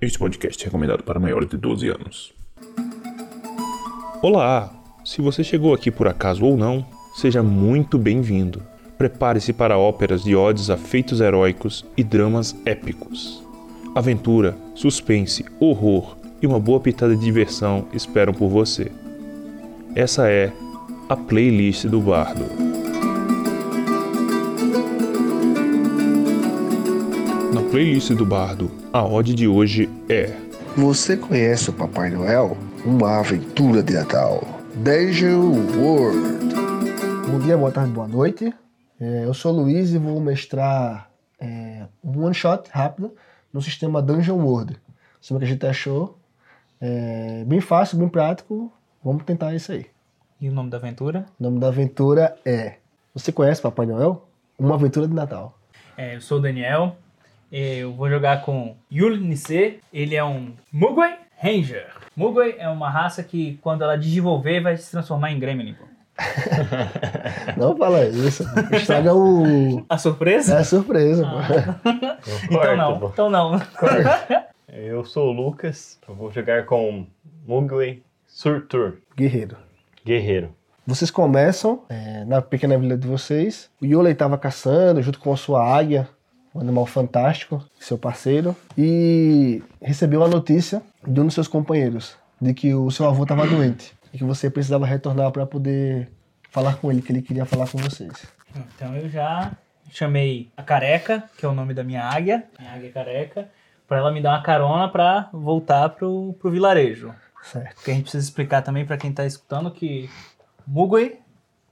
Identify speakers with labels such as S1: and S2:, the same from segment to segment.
S1: Este podcast é recomendado para maiores de 12 anos. Olá! Se você chegou aqui por acaso ou não, seja muito bem-vindo. Prepare-se para óperas de odes a feitos heróicos e dramas épicos. Aventura, suspense, horror e uma boa pitada de diversão esperam por você. Essa é a playlist do Bardo. Na playlist do Bardo, a ode de hoje é
S2: Você conhece o Papai Noel? Uma aventura de Natal. Dungeon World.
S3: Bom dia, boa tarde, boa noite. É, eu sou o Luiz e vou mestrar é, um one shot rápido no sistema Dungeon World. Sobre o que a gente achou. É, bem fácil, bem prático. Vamos tentar isso aí.
S4: E o nome da aventura?
S3: O nome da aventura é. Você conhece Papai Noel? Uma aventura de Natal.
S4: É, eu sou o Daniel. Eu vou jogar com Yuli Nisse. Ele é um Mugwai Ranger. Mugwai é uma raça que, quando ela desenvolver, vai se transformar em Gremlin. pô.
S3: Não fala isso. Estraga o.
S4: A surpresa?
S3: É a surpresa, pô.
S4: Então não, então não.
S5: Eu sou o Lucas, eu vou jogar com Mugway Surtur,
S3: Guerreiro.
S5: guerreiro.
S3: Vocês começam é, na pequena vila de vocês. O Yolei estava caçando junto com a sua águia, um animal fantástico, seu parceiro, e recebeu a notícia de um dos seus companheiros de que o seu avô estava doente e que você precisava retornar para poder falar com ele, que ele queria falar com vocês.
S4: Então eu já chamei a Careca, que é o nome da minha águia, minha águia careca, pra ela me dar uma carona pra voltar pro, pro vilarejo.
S3: Certo.
S4: Porque a gente precisa explicar também pra quem tá escutando que Mugwai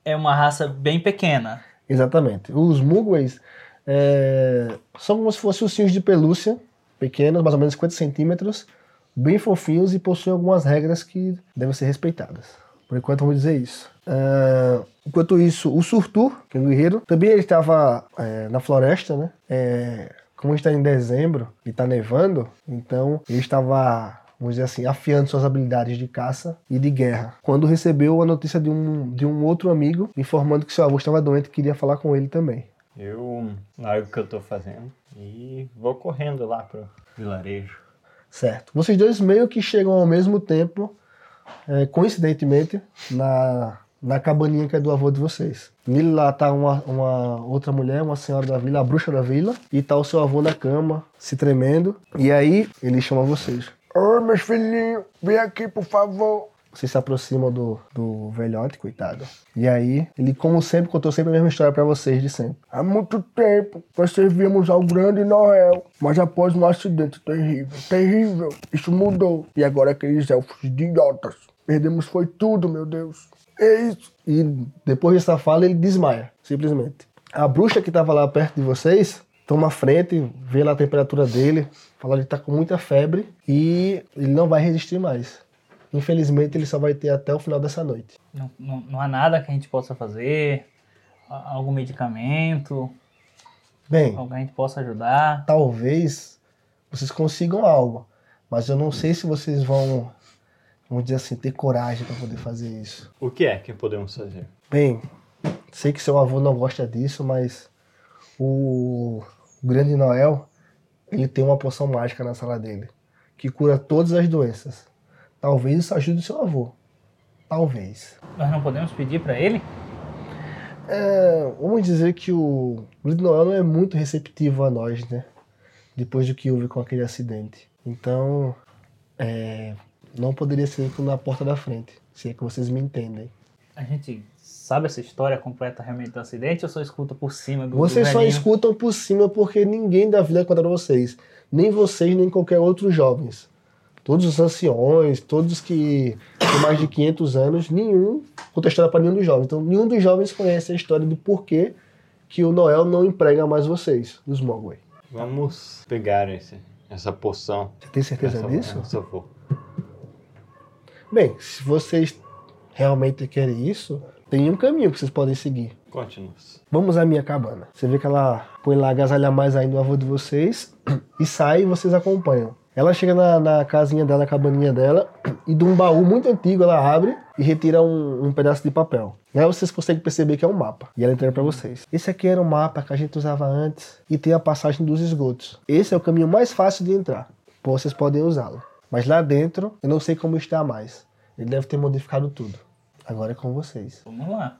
S4: é uma raça bem pequena.
S3: Exatamente. Os Mugways é, são como se fossem ursinhos de pelúcia, pequenos, mais ou menos 50 centímetros, bem fofinhos e possuem algumas regras que devem ser respeitadas. Por enquanto, vamos dizer isso. Ah, enquanto isso, o Surtur, que é um guerreiro, também ele estava é, na floresta, né? É, como está em dezembro e está nevando, então ele estava, vamos dizer assim, afiando suas habilidades de caça e de guerra. Quando recebeu a notícia de um, de um outro amigo informando que seu avô estava doente e queria falar com ele também.
S5: Eu largo o que eu tô fazendo e vou correndo lá pro vilarejo.
S3: Certo. Vocês dois meio que chegam ao mesmo tempo, é, coincidentemente, na, na cabaninha que é do avô de vocês. Nele lá tá uma, uma outra mulher, uma senhora da vila, a bruxa da vila, e tá o seu avô na cama, se tremendo. E aí ele chama vocês.
S2: Ô, meus filhinhos, vem aqui, por favor.
S3: Vocês se aproximam do, do velhote, coitado. E aí, ele, como sempre, contou sempre a mesma história pra vocês de sempre.
S2: Há muito tempo nós servimos ao grande Noel, mas após um acidente terrível, terrível, isso mudou. E agora aqueles elfos idiotas. Perdemos foi tudo, meu Deus. É isso.
S3: E depois dessa fala, ele desmaia, simplesmente. A bruxa que estava lá perto de vocês toma a frente, vê lá a temperatura dele, fala que ele está com muita febre e ele não vai resistir mais. Infelizmente, ele só vai ter até o final dessa noite.
S4: Não, não, não há nada que a gente possa fazer, a- algum medicamento,
S3: Bem,
S4: alguém que a gente possa ajudar.
S3: talvez vocês consigam algo, mas eu não sei se vocês vão, vamos dizer assim, ter coragem para poder fazer isso.
S5: O que é que podemos fazer?
S3: Bem, sei que seu avô não gosta disso, mas o Grande Noel, ele tem uma poção mágica na sala dele, que cura todas as doenças. Talvez isso ajude seu avô. Talvez.
S4: Nós não podemos pedir pra ele?
S3: É, vamos dizer que o Grande Noel não é muito receptivo a nós, né? Depois do que houve com aquele acidente. Então, é, não poderia ser na porta da frente, se é que vocês me entendem.
S4: A gente sabe essa história completa realmente do acidente ou só escuta por cima do
S3: Vocês
S4: do
S3: só
S4: velhinho?
S3: escutam por cima porque ninguém da vila conta pra vocês. Nem vocês, nem qualquer outro jovens. Todos os anciões, todos que têm mais de 500 anos, nenhum conta a história pra nenhum dos jovens. Então, nenhum dos jovens conhece a história do porquê que o Noel não emprega mais vocês, os Mogwai.
S5: Vamos pegar esse, essa poção.
S3: Você tem certeza
S5: Essa-
S3: disso?
S5: essa vou.
S3: Bem, se vocês realmente querem isso, tem um caminho que vocês podem seguir.
S5: Continua.
S3: Vamos à minha cabana. Você vê que ela põe lá agasalha mais ainda o avô de vocês e sai e vocês acompanham. Ela chega na, na casinha dela, na cabaninha dela, e de um baú muito antigo ela abre e retira um, um pedaço de papel. Aí vocês conseguem perceber que é um mapa. E ela entrega pra vocês. Esse aqui era um mapa que a gente usava antes e tem a passagem dos esgotos. Esse é o caminho mais fácil de entrar. Pô, vocês podem usá-lo. Mas lá dentro, eu não sei como está mais. Ele deve ter modificado tudo. Agora é com vocês.
S4: Vamos lá.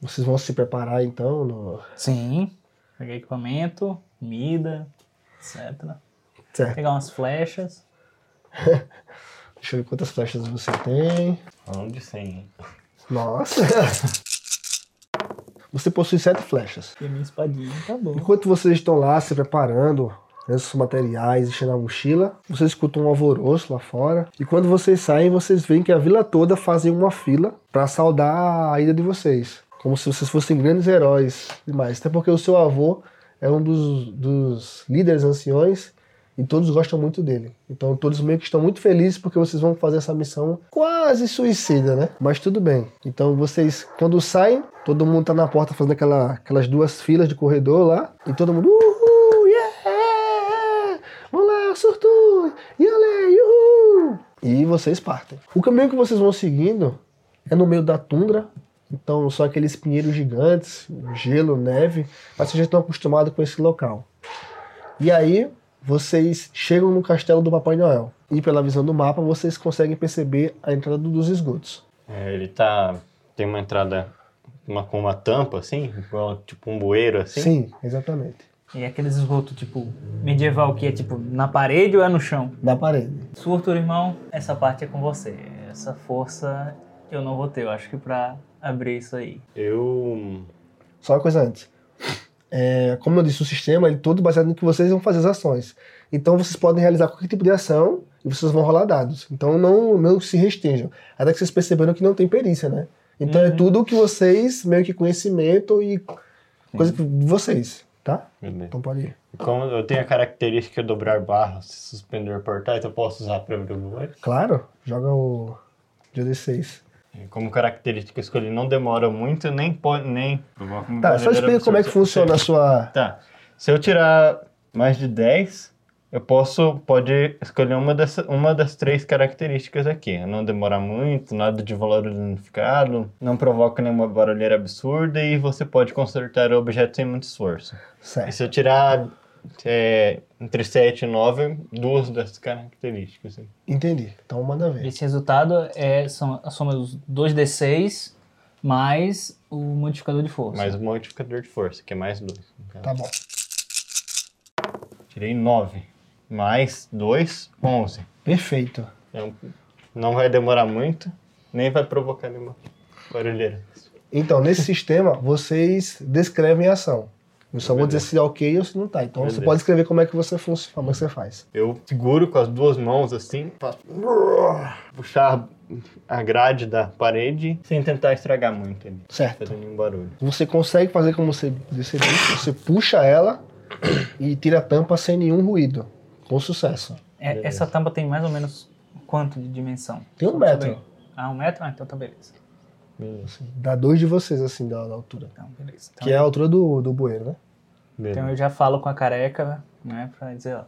S3: Vocês vão se preparar então no.
S4: Sim. Pegar equipamento, comida, etc.
S3: Certo.
S4: Pegar umas flechas.
S3: Deixa eu ver quantas flechas você tem.
S5: Falando de 100, hein?
S3: Nossa! Você possui sete flechas.
S4: E a minha espadinha, tá bom.
S3: Enquanto vocês estão lá se preparando, esses materiais, enchendo a mochila, vocês escutam um alvoroço lá fora. E quando vocês saem, vocês veem que a vila toda fazem uma fila para saudar a ida de vocês. Como se vocês fossem grandes heróis demais. Até porque o seu avô é um dos, dos líderes anciões e todos gostam muito dele. Então todos meio que estão muito felizes porque vocês vão fazer essa missão quase suicida, né? Mas tudo bem. Então vocês, quando saem, todo mundo tá na porta fazendo aquela, aquelas duas filas de corredor lá. E todo mundo, uhul, yeah! Vamos lá, surtu! Yale, uhul! E vocês partem. O caminho que vocês vão seguindo é no meio da tundra. Então só aqueles pinheiros gigantes, gelo, neve. Mas vocês já estão acostumados com esse local. E aí, vocês chegam no castelo do Papai Noel. E pela visão do mapa, vocês conseguem perceber a entrada dos esgotos.
S5: É, ele tá. Tem uma entrada uma, com uma tampa, assim, igual tipo um bueiro, assim.
S3: Sim, exatamente.
S4: E aqueles esgotos, tipo, medieval que é tipo na parede ou é no chão?
S3: Na parede.
S4: Surtur, irmão, essa parte é com você. Essa força eu não vou ter, eu acho que pra abrir isso aí.
S5: Eu.
S3: Só uma coisa antes. É, como eu disse, o sistema ele é todo baseado no que vocês vão fazer as ações. Então vocês podem realizar qualquer tipo de ação e vocês vão rolar dados. Então não, não se restringam. Até que vocês perceberam que não tem perícia, né? Então é tudo que vocês, meio que conhecimento e coisa que- de vocês, tá?
S5: Beleza.
S3: Então pode ir.
S5: Como eu tenho a característica de dobrar barras, suspender portais, eu posso usar pra abrir o bueiro.
S3: Claro, joga o de D6.
S5: E Como característica, eu escolhi não demora muito, nem pode. Nem. provoca uma
S3: Tá, só
S5: barreira
S3: explica como é que
S5: absurda.
S3: funciona a sua.
S5: Tá. Se eu tirar mais de 10, eu posso pode escolher uma, dessa, uma das três características aqui. Não demorar muito, nada de valor danificado, não provoca nenhuma barulheira absurda e você pode consertar o objeto sem muito esforço. E
S3: Certo.
S5: se eu tirar é, entre 7 e 9, duas das características. assim.
S3: Entendi. Então manda ver.
S4: Esse resultado é são, a soma dos 2d6 mais o modificador de força.
S5: Mais um modificador de força, que é mais dois.
S3: Tá bom.
S5: Tirei 9. Mais 2, 11.
S3: Perfeito.
S5: Não, não vai demorar muito, nem vai provocar nenhuma barulheira.
S3: Então, nesse sistema, vocês descrevem a ação. Eu só vou
S5: Beleza.
S3: dizer se é ok ou se não tá. Então você
S5: Beleza.
S3: pode escrever como é que você funciona, como é que você faz.
S5: Eu seguro com as duas mãos assim, faço puxar a grade da parede sem tentar estragar muito ele,
S3: Certo.
S5: fazendo nenhum um barulho.
S3: Você consegue fazer como você disse, você puxa ela e tira a tampa sem nenhum ruído. Com sucesso.
S4: É,
S5: um, Beleza.
S4: essa tampa tem mais ou menos quanto de dimensão?
S3: Tem um metro.
S4: Ah, um metro? Ah, então tá beleza.
S5: Beleza.
S3: Assim, Dá dois de vocês, assim, da, da altura.
S4: Então, beleza. Então,
S3: Que é
S5: Tá.
S3: a altura do, do bueiro, né?
S4: então eu já falo com a careca, né, pra dizer, ó,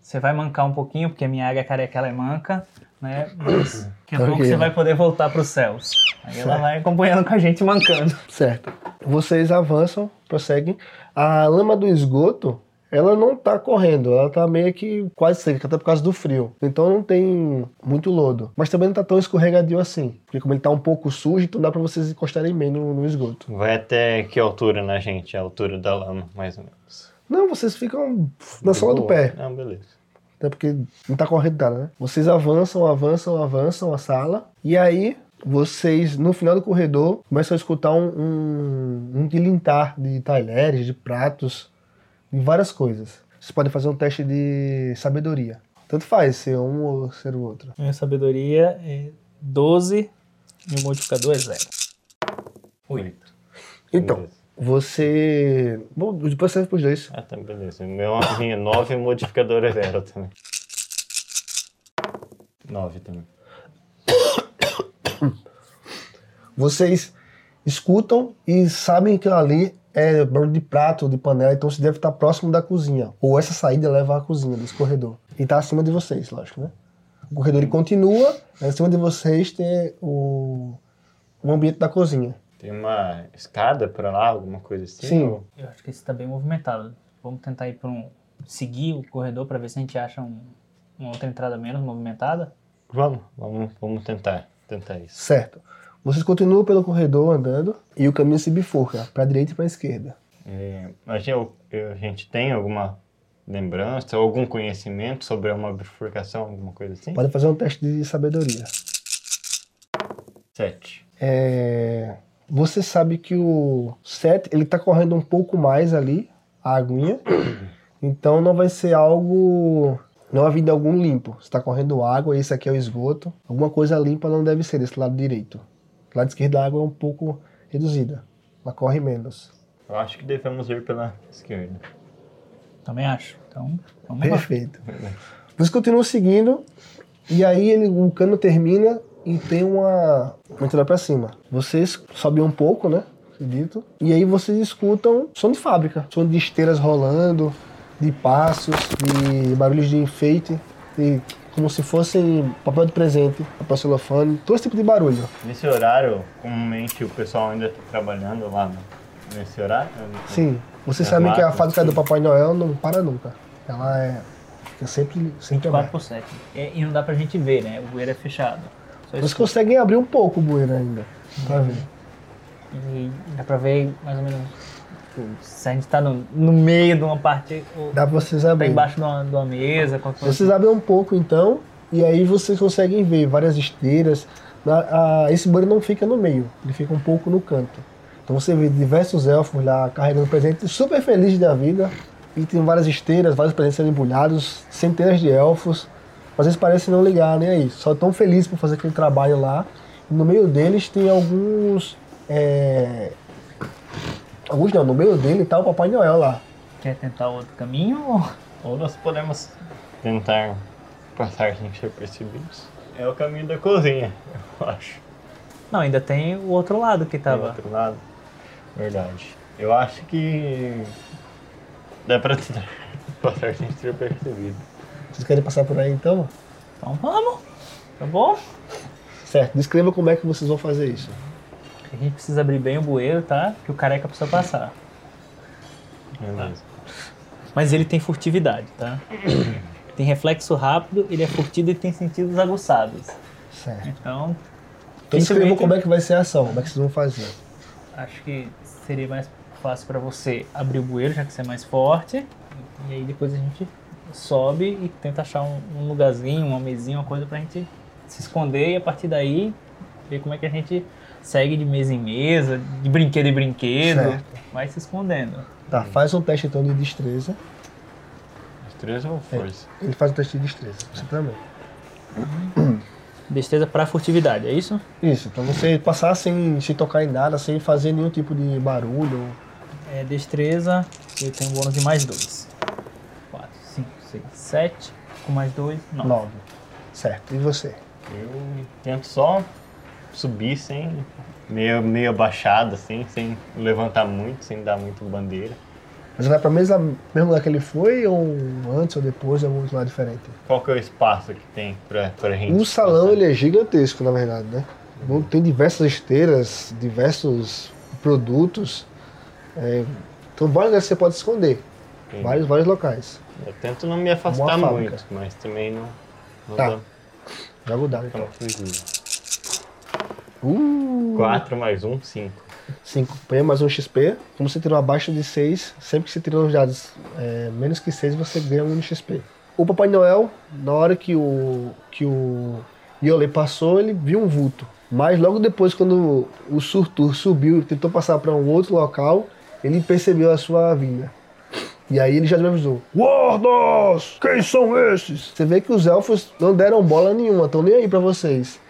S4: você vai mancar um pouquinho, porque a minha águia careca, ela é manca, né, mas daqui a pouco
S3: Ok.
S4: você vai poder voltar pros céus. Aí ela vai acompanhando com a gente mancando.
S3: Certo. Vocês avançam, prosseguem. A lama do esgoto, ela não tá correndo, ela tá meio que quase seca, até por causa do frio. Então não tem muito lodo. Mas também não tá tão escorregadio assim. Porque como ele tá um pouco sujo, então dá pra vocês encostarem bem no, no esgoto.
S5: Vai até que altura, né, gente? A altura da lama, mais ou menos.
S3: Não, vocês ficam na sola do
S5: Boa.
S3: pé.
S5: Não, beleza.
S3: Até porque não tá correndo nada, né? Vocês avançam, avançam, avançam a sala. E aí, vocês, no final do corredor, começam a escutar um, um, um tilintar de talheres, de pratos, de várias coisas. Vocês podem fazer um teste de sabedoria. Tanto faz ser um ou ser o outro.
S4: Minha sabedoria é 12 e o modificador é 0. 8.
S3: Então,
S5: Beleza.
S3: você. Bom, depois serve pros dois.
S5: Ah, tá, beleza. Meu minha 9 modificador é zero também. 9 também.
S3: Vocês escutam e sabem que ali é barulho de prato, de panela, então você deve estar próximo da cozinha. Ou essa saída leva à cozinha desse corredor. E tá acima de vocês, lógico, né? O corredor ele continua, mas acima de vocês tem o, o ambiente da cozinha.
S5: Tem uma escada pra lá, alguma coisa assim?
S3: Sim.
S5: Ou-
S4: Eu acho que esse tá bem movimentado. Vamos tentar ir pra um... Seguir o corredor pra ver se a gente acha um, uma outra entrada menos movimentada.
S5: Vamos, vamos, vamos tentar. Tentar isso.
S3: Certo. Vocês continuam pelo corredor andando e o caminho se bifurca, para direita e para esquerda.
S5: É, a, gente, eu- eu- a gente tem alguma lembrança, algum conhecimento sobre uma bifurcação, alguma coisa assim?
S3: Podem fazer um teste de sabedoria.
S5: Sete.
S3: É, Você sabe que o set ele tá correndo um pouco mais ali, a aguinha. Então não vai ser algo. Não vai vir de algum limpo. Você tá correndo água, esse aqui é o esgoto. Alguma coisa limpa não deve ser desse lado direito. Do lado esquerdo a água é um pouco reduzida. Ela corre menos.
S5: Eu acho que devemos ir pela esquerda.
S4: Também acho. Então, vamos lá.
S3: Perfeito. Vocês continuam seguindo, e aí ele, o cano termina e tem uma, uma entrada pra cima. Vocês sobem um pouco, né? Dito. E aí vocês escutam som de fábrica. Som de esteiras rolando, de passos, de barulhos de enfeite, de como se fossem papel de presente, papel celofane, todo esse tipo de barulho.
S5: Nesse horário, comumente o pessoal ainda está trabalhando lá no- nesse horário?
S3: Sim, vocês
S5: As
S3: sabem que a
S5: latas,
S3: fábrica
S5: sim.
S3: do Papai Noel não para nunca. Ela é, fica sempre, sempre
S4: 4
S3: aberta.
S4: por 7. e não dá pra gente ver, né? O bueiro é fechado. Só
S3: Vocês
S4: escuro.
S3: conseguem abrir um pouco o bueiro ainda, pra ver.
S4: E dá pra ver mais ou menos. tipo, Se a gente tá no, no meio de uma parte. Ou
S3: Dá pra vocês
S4: tá
S3: abrirem.
S4: embaixo de uma, de uma mesa. qualquer coisa
S3: Vocês abrem um pouco então, e aí vocês conseguem ver várias esteiras. Na- a- esse banheiro não fica no meio, ele fica um pouco no canto. Então você vê diversos elfos lá carregando presentes, super felizes da vida. E tem várias esteiras, vários presentes sendo embrulhados, centenas de elfos. Mas eles parecem não ligar nem a isso, só tão felizes por fazer aquele trabalho lá. E no meio deles tem alguns. é, Alguns não, no meio dele tá o Papai Noel lá.
S4: assim. Quer tentar outro caminho? ou-
S5: Ou nós podemos tentar passar sem ser percebidos. É o caminho da cozinha, eu acho.
S4: Não, ainda tem o outro lado que
S5: Do
S4: tava.
S5: outro lado. Verdade. Eu acho que dá pra tentar passar sem ser percebido.
S3: Vocês querem passar por aí então?
S4: Então vamos. Tá bom?
S3: Certo, descreva como é que vocês vão fazer isso.
S4: A gente precisa abrir bem o bueiro, tá? Que o careca precisa passar.
S5: Beleza.
S4: Mas ele tem furtividade, tá? tem reflexo rápido, ele é furtido e tem sentidos aguçados.
S3: Certo.
S4: Então,
S3: Então descreva
S4: Dificilmente-
S3: como é que vai ser a ação, como é que vocês vão fazer.
S4: Acho que seria mais fácil pra você abrir o bueiro, já que você é mais forte. E aí depois a gente sobe e tenta achar um, um lugarzinho, uma mesinha, uma coisa pra gente se esconder e a partir daí ver como é que a gente segue de mesa em mesa, de brinquedo em brinquedo, vai se escondendo.
S3: Tá, faz um teste então de destreza.
S5: Destreza ou é força?
S3: Ele faz um teste de destreza, você também.
S4: Destreza pra furtividade, é isso?
S3: Isso, pra você passar sem se tocar em nada, sem fazer nenhum tipo de barulho.
S4: É destreza, eu tenho um bônus de mais dois. 4, 5, 6, 7, com mais dois, 9.
S3: Nove. Certo, e você?
S5: Eu tento só subir sem. Meio, meio abaixado, assim, sem levantar muito, sem dar muito bandeira.
S3: Você vai pra mesa, mesmo lugar que ele foi, ou antes ou depois, em algum outro lugar diferente?
S5: Qual que é o espaço que tem pra, pra gente?
S3: O salão
S5: passar?
S3: ele é gigantesco, na verdade, né? Bom, Tem diversas esteiras, diversos produtos. É, então, vários lugares que você pode esconder.
S5: Tem-
S3: Vários, vários locais.
S5: Eu tento não me
S3: Boa
S5: afastar
S3: fábrica.
S5: muito, mas também não. não
S3: Tá.
S5: dá
S3: Joga o dado,
S5: pra
S3: então.
S5: fugir.
S3: Uh,
S5: 4 mais 1, 5.
S3: 5 P mais um XP. Como você tirou abaixo de 6, sempre que você tirou os dados é, menos que 6, você ganha um XP. O Papai Noel, na hora que o, que o Yole passou, ele viu um vulto. Mas logo depois, quando o Surtur subiu e tentou passar para um outro local, ele percebeu a sua vinda. E aí ele já me avisou. Wardos! Quem são esses? Você vê que os elfos não deram bola nenhuma, estão nem aí para vocês.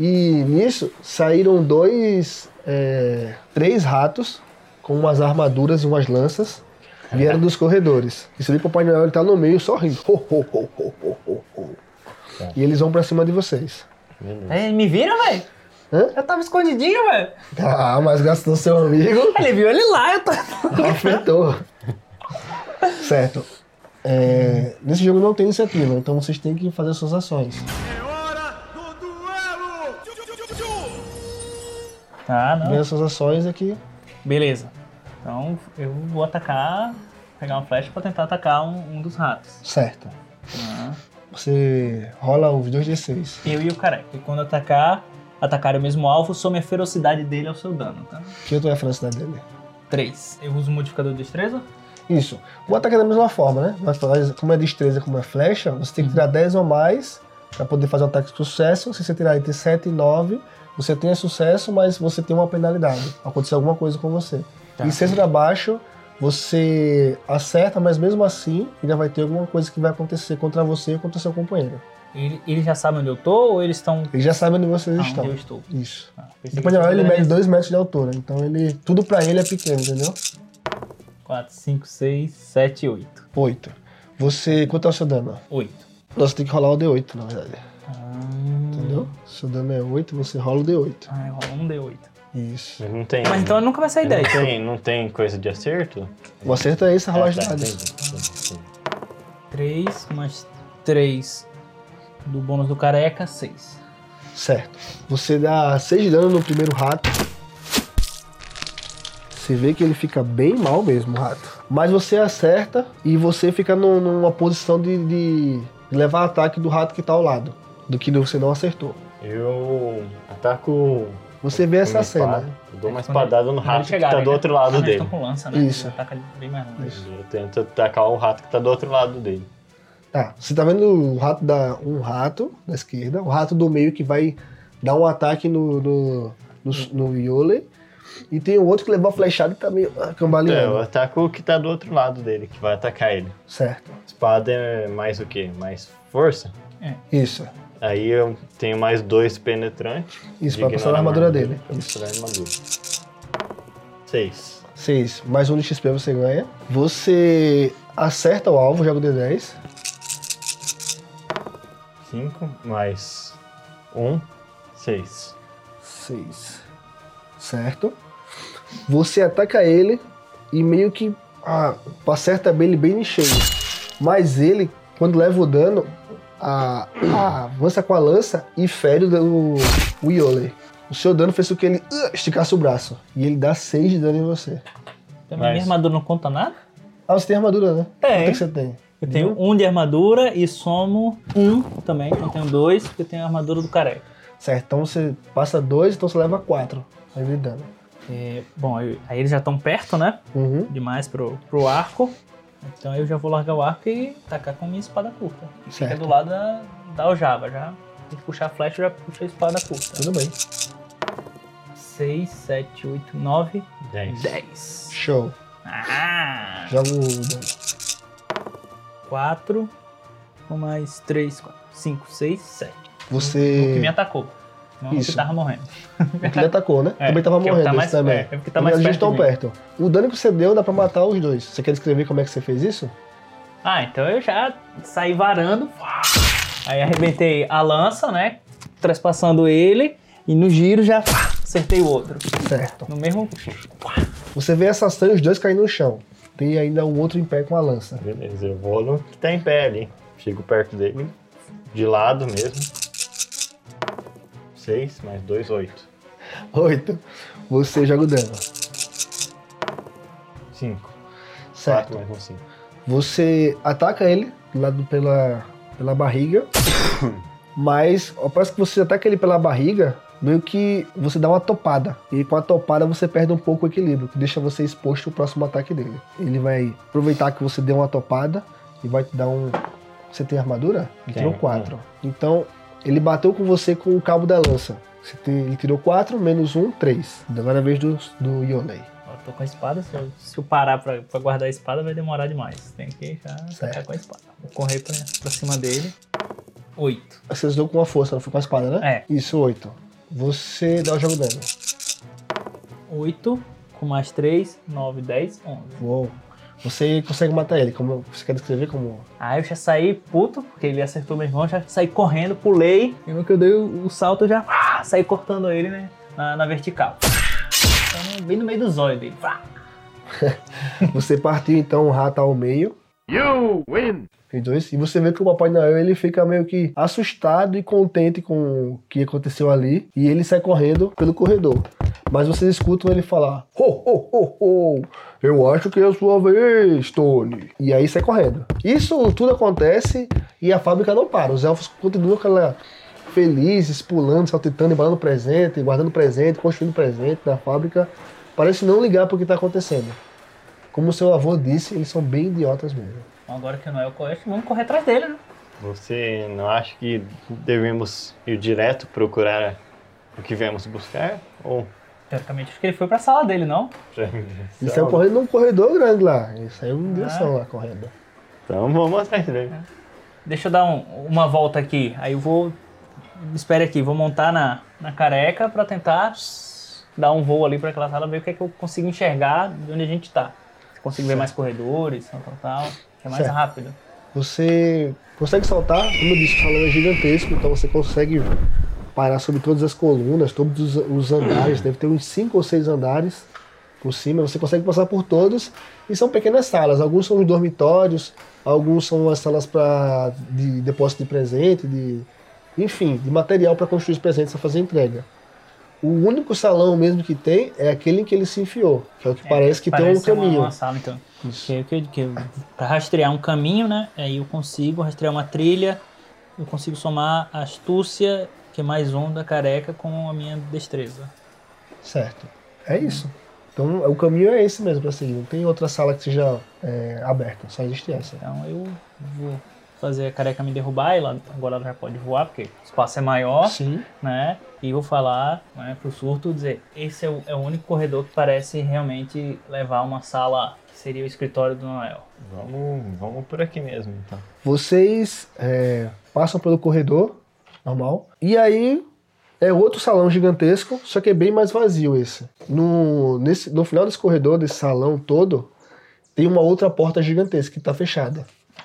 S3: E nisso saíram dois, é, três ratos com umas armaduras e umas lanças vieram dos corredores. E você vê que o Papai Noel ele tá no meio sorrindo. Ho, ho, ho, ho, ho, ho, ho. E eles vão pra cima de vocês.
S5: Beleza.
S4: Aí, É, me viram, velho?
S3: Hã?
S4: Eu tava escondidinho, velho.
S3: Ah, mas graças ao seu amigo,
S4: Ele viu ele lá, eu tava.
S3: afetou. certo. É, nesse jogo não tem iniciativa, então vocês têm que fazer suas ações.
S4: Tá, não.
S3: Primeiro, suas ações é que
S4: Beleza. Então eu vou atacar, pegar uma flecha pra tentar atacar um, um dos ratos.
S3: Certo.
S4: Ah,
S3: Você rola os 2d6.
S4: Eu e o careca. E quando atacar, atacar o mesmo alvo, some a ferocidade dele ao seu dano, tá?
S3: Que eu tô é a felicidade dele.
S4: 3. Eu uso o modificador de destreza?
S3: Isso. O ataque é da mesma forma, né? Mas, como é destreza, como é flecha, você tem que
S4: Uhum.
S3: tirar 10 ou mais pra poder fazer um ataque de sucesso. Se você tirar entre 7 e 9, você tem sucesso, mas você tem uma penalidade. Aconteceu alguma coisa com você.
S4: Tá.
S3: E 6 pra baixo, você acerta, mas mesmo assim ainda vai ter alguma coisa que vai acontecer contra você ou contra seu companheiro.
S4: Ele, eles já sabem onde eu tô ou eles estão.
S3: Ele já sabe onde vocês
S4: Ah,
S3: estão.
S4: onde eu estou.
S3: Isso.
S4: Ah, pensei
S3: Depois de
S4: que
S3: agora ele
S4: era
S3: mede 2 metros de altura, então ele. Tudo pra ele é pequeno, entendeu?
S4: 4, 5, 6, 7, 8.
S3: 8. Você. Quanto é o seu dano?
S4: 8.
S3: Nossa, tem que rolar o D8, na verdade.
S4: Ah,
S3: Entendeu? Seu dano é 8, você rola o D8.
S4: ah, eu rolo um D8.
S3: Isso.
S5: Não tem.
S4: Mas então nunca vai
S3: é
S4: sair
S5: não
S4: 10.
S5: tem, não tem coisa de acerto?
S3: O acerto é esse, rola os
S5: Ah, tá,
S3: dados.
S5: entendi, entendi, entendi.
S4: 3 mais 3 do bônus do careca, 6.
S3: Certo. Você dá 6 de dano no primeiro rato. Você vê que ele fica bem mal mesmo, o rato. Mas você acerta e você fica num- numa posição de, de levar ataque do rato que tá ao lado. Do que você não acertou.
S5: Eu ataco
S3: Você vê essa
S5: uma
S3: cena. né?
S5: espada, dou uma espadada no rato que tá do outro
S4: Ah,
S5: lado
S4: eles
S5: dele.
S4: estão com lança, né?
S3: Isso.
S4: Eles atacam bem mais longe.
S5: Eu tento atacar o rato que tá do outro lado dele.
S3: Tá, você tá vendo o rato da. um rato da esquerda, o rato do meio que vai dar um ataque no. no, no, no Yole. E tem o outro que levou a flechada e tá meio ah,
S5: É, eu
S3: cambaleando.
S5: ataco o que tá do outro lado dele, que vai atacar ele.
S3: Certo.
S5: Espada é mais o quê? Mais força?
S4: É.
S3: Isso.
S5: Aí eu tenho mais dois penetrantes.
S3: Isso,
S5: de
S3: pra passar
S5: ignorar
S3: na
S5: a
S3: armadura dele.
S5: né? Pra
S3: Isso.
S5: passar na armadura. Seis.
S3: Seis. Mais um de XP você ganha. Você acerta o alvo, joga o D10.
S5: Cinco. Mais um. Seis.
S3: 6. Certo? Você ataca ele e meio que ah, acerta ele bem em cheio. Mas ele, quando leva o dano, a- a- avança com a lança e fere o, o Yole. O seu dano fez com que ele ah, esticasse o braço. E ele dá 6 de dano em você.
S4: Então, minha
S5: Mas-
S4: armadura não conta nada?
S3: Ah, você tem armadura, né?
S4: Tem.
S3: Quanto é que você tem?
S4: Eu tenho um de armadura e somo um também. Então eu tenho dois, porque eu tenho a armadura do careca.
S3: Certo, então você passa 2, então você leva 4 de dano.
S4: É, bom, aí, aí eles já estão perto, né?
S3: Uhum.
S4: Demais pro, pro arco. Então eu já vou largar o arco e tacar com minha espada curta. E Fica
S3: Certo.
S4: do lado da, da aljava, já. Tem que puxar a flecha, eu já puxo a espada curta.
S3: Tudo bem.
S4: 6, 7, 8, 9,
S5: Dez.
S4: 10.
S3: Show.
S4: Ah!
S3: Joga o dano.
S4: 4, com mais 3, 4, 5, 6, 7. O que
S3: Você.
S4: me atacou. Não
S3: É. Isso.
S4: que tava morrendo.
S3: Porque ele atacou, né?
S4: É,
S3: também tava
S4: porque
S3: morrendo
S4: tá
S3: esse
S4: mais-
S3: também.
S4: é, é porque tá
S3: Mas eles
S4: mais perto
S3: estão
S4: de mim.
S3: perto. O dano que você deu dá pra matar os dois. Você quer descrever como é que você fez isso?
S4: Ah, então eu já saí varando. Aí arrebentei a lança, né? Trespassando ele. E no giro já acertei o outro.
S3: Certo.
S4: No mesmo.
S3: Você vê essa cena e os dois caindo no chão. Tem ainda um outro em pé com a lança.
S5: Beleza, eu vou no que tá em pé ali. Chego perto dele. De lado mesmo. Seis, mais dois, oito.
S3: Oito. Você joga o dano.
S5: Cinco. Quatro,
S3: Certo.
S4: né?
S5: mais um cinco.
S3: Você ataca ele do lado pela, pela barriga. Mas ao passo que você ataca ele pela barriga, meio que você dá uma topada. E com a topada você perde um pouco o equilíbrio, que deixa você exposto ao próximo ataque dele. Ele vai aproveitar que você deu uma topada e vai te dar um. Você tem armadura? Ele
S5: Tenho,
S3: tirou 4. Então, ele bateu com você com o cabo da lança. Você tem- ele tirou 4, menos 1, 3. Agora é a vez do, do Yonei.
S4: Ó, tô com a espada. Se eu, se eu parar pra, pra guardar a espada, vai demorar demais. Tem que já atacar
S3: Certo.
S4: com a espada. Vou correr pra, pra cima dele. Oito.
S3: Você usou com a força, não foi com a espada, né? É. Isso, 8. Você dá o jogo dano.
S4: Oito. Com mais três, nove, dez, onze.
S3: Uou. Você consegue matar ele. Como você quer descrever como.
S4: Aí eu já saí puto, porque ele acertou meu irmão, já saí correndo, pulei. E no que eu dei o, o salto, eu já ah, saí cortando ele, né? Na, na vertical. Então, bem no meio dos olhos dele. Pá.
S3: Você partiu então o rato ao meio. You win! Dois, e você vê que o Papai Noel ele fica meio que assustado e contente com o que aconteceu ali. E ele sai correndo pelo corredor. Mas vocês escutam ele falar: Ho, ho, ho, ho! Eu acho que é a sua vez, Tony. E aí sai correndo. Isso tudo acontece E a fábrica não para. Os elfos continuam com aquela felizes, pulando, saltitando, embalando presente, guardando presente, construindo presente na fábrica. Parece não ligar para o que está acontecendo. Como seu avô disse, eles são bem idiotas mesmo.
S4: Agora que não é o Coeste, vamos correr atrás dele, né?
S5: Você não acha que devemos ir direto procurar o que viemos buscar? Ou.
S4: Teoricamente, acho que ele foi pra sala dele, não?
S3: é Ele
S5: então
S3: saiu correndo num corredor grande lá. Ele saiu em direção lá correndo.
S5: Então vamos atrás dele.
S4: Deixa eu dar um- uma volta aqui. Aí eu vou. Espere aqui, vou montar na, na careca pra tentar dar um voo ali pra aquela sala, ver o que é que eu consigo enxergar de onde a gente tá. Se eu consigo ver mais corredores, tal, tal, tal. que É mais
S3: Certo.
S4: rápido.
S3: Você consegue saltar, como eu disse, o salão é gigantesco, então você consegue parar sobre todas as colunas, todos os, os andares, deve ter uns cinco ou seis andares por cima, você consegue passar por todos e são pequenas salas, alguns são os dormitórios, alguns são as salas para de depósito de presente, de enfim, de material para construir os presentes e fazer entrega. O único salão mesmo que tem é aquele em que ele se enfiou, que é o que parece que
S4: Parece
S3: tem um
S4: uma-
S3: caminho.
S4: Uma, sala, então. Que, que, que, pra rastrear um caminho, né? Aí eu consigo rastrear uma trilha, eu consigo somar a astúcia, que é mais um da careca, com a minha destreza.
S3: Certo. É isso. Então o caminho é esse mesmo pra seguir. Não tem outra sala que seja é, aberta, só existe essa.
S4: Então eu vou fazer a careca me derrubar, e lá, agora ela já pode voar, porque o espaço é maior,
S3: Sim.
S4: né? E vou falar né, pro surto, dizer, esse é o, é o único corredor que parece realmente levar a uma sala que seria o escritório do Noel.
S5: Vamos, vamos por aqui mesmo, então.
S3: Vocês é, passam pelo corredor normal e aí é outro salão gigantesco, só que é bem mais vazio esse. No, nesse, no final desse corredor, desse salão todo, tem uma outra porta gigantesca que tá fechada.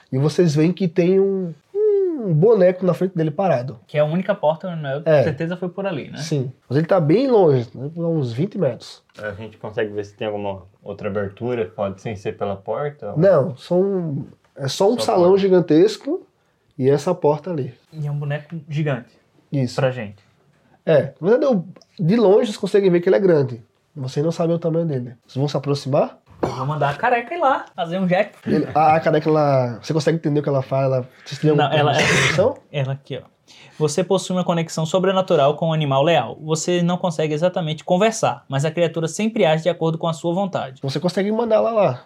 S3: E vocês veem que tem um, um boneco na frente dele parado.
S4: Que é a única porta, do Noel, com
S3: É.
S4: certeza foi por ali, né?
S3: Sim. Mas ele tá bem longe, né, uns 20 metros.
S5: A gente consegue ver se tem alguma outra abertura, pode sem ser pela porta? ou-
S3: Não, são, é só um
S5: Só
S3: salão
S5: porta.
S3: gigantesco e essa porta ali.
S4: E é um boneco gigante
S3: Isso.
S4: pra gente.
S3: É, na verdade, eu- de longe vocês conseguem ver que ele é grande. Vocês não sabem o tamanho dele. Vocês vão se aproximar?
S4: Eu vou mandar a careca ir lá, fazer um jet.
S3: Ele, a, a careca, ela. Você consegue entender o que ela fala? Ela, vocês têm
S4: Não,
S3: alguma
S4: ela-
S3: percepção?
S4: Ela aqui, ó. Você possui uma conexão sobrenatural com o animal leal. Você não consegue exatamente conversar, mas a criatura sempre age de acordo com a sua vontade.
S3: Você consegue mandar ela lá.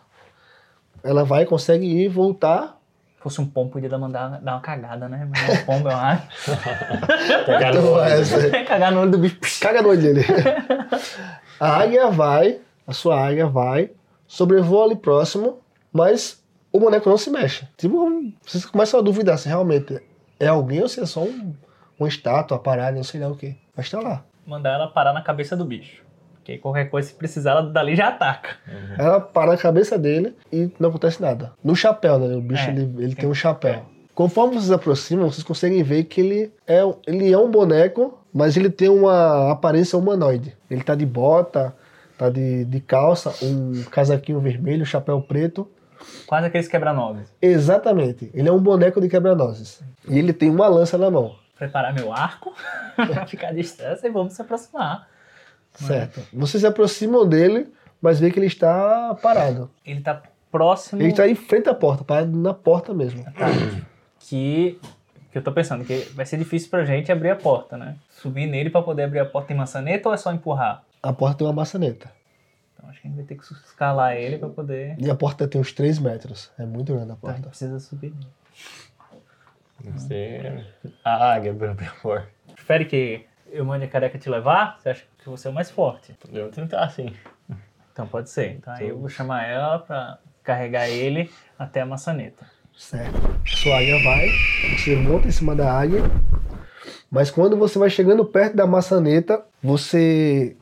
S3: Ela vai, consegue ir, voltar.
S4: Se fosse um pombo, podia dar- mandar dar uma cagada, né? Mas não é um pombo, eu acho.
S5: Pegar no-
S3: Então, é,
S4: Cagar no olho do bicho.
S3: caga no olho dele. A águia vai, a sua águia vai, sobrevoa ali próximo, mas o boneco não se mexe. Tipo, vocês começam a duvidar se realmente é alguém ou se é só um, uma estátua, uma parada, não sei lá o que. Mas tá lá.
S4: Mandar ela parar na cabeça do bicho. Porque aí qualquer coisa, se precisar, ela dali já ataca.
S3: Ela para na cabeça dele e não acontece nada. No chapéu, né? O bicho
S4: É,
S3: ele, ele
S4: sim.
S3: tem um chapéu. Conforme vocês aproximam, vocês conseguem ver que ele é, um- ele é um boneco, mas ele tem uma aparência humanoide. Ele tá de bota, tá de, de calça, um casaquinho vermelho, chapéu preto.
S4: Quase aqueles quebra-nozes.
S3: Exatamente. Ele é um boneco de quebra-nozes. E ele tem uma lança na mão.
S4: Preparar meu arco, ficar à distância e vamos se aproximar.
S3: Certo. Vocês se aproximam dele, mas vê que ele está parado.
S4: Ele tá próximo.
S3: Ele está em frente à porta, parado na porta mesmo.
S4: que, que eu tô pensando, que vai ser difícil pra gente abrir a porta, né? Subir nele pra poder abrir a porta tem maçaneta ou é só empurrar?
S3: A porta tem uma maçaneta.
S4: Então acho que a gente vai ter que escalar ele pra poder.
S3: E a porta tem uns 3 metros. É muito grande a
S4: Então, a gente
S3: porta.
S4: precisa subir nele.
S5: Você. A águia abriu a porta.
S4: Prefere que eu mande a careca te levar? Você acha que você é o mais forte?
S5: Eu vou tentar, sim.
S4: Então pode ser. Então aí eu vou chamar ela pra carregar ele até a maçaneta.
S3: Certo. Sua águia vai, você monta em cima da águia. Mas quando você vai chegando perto da maçaneta, você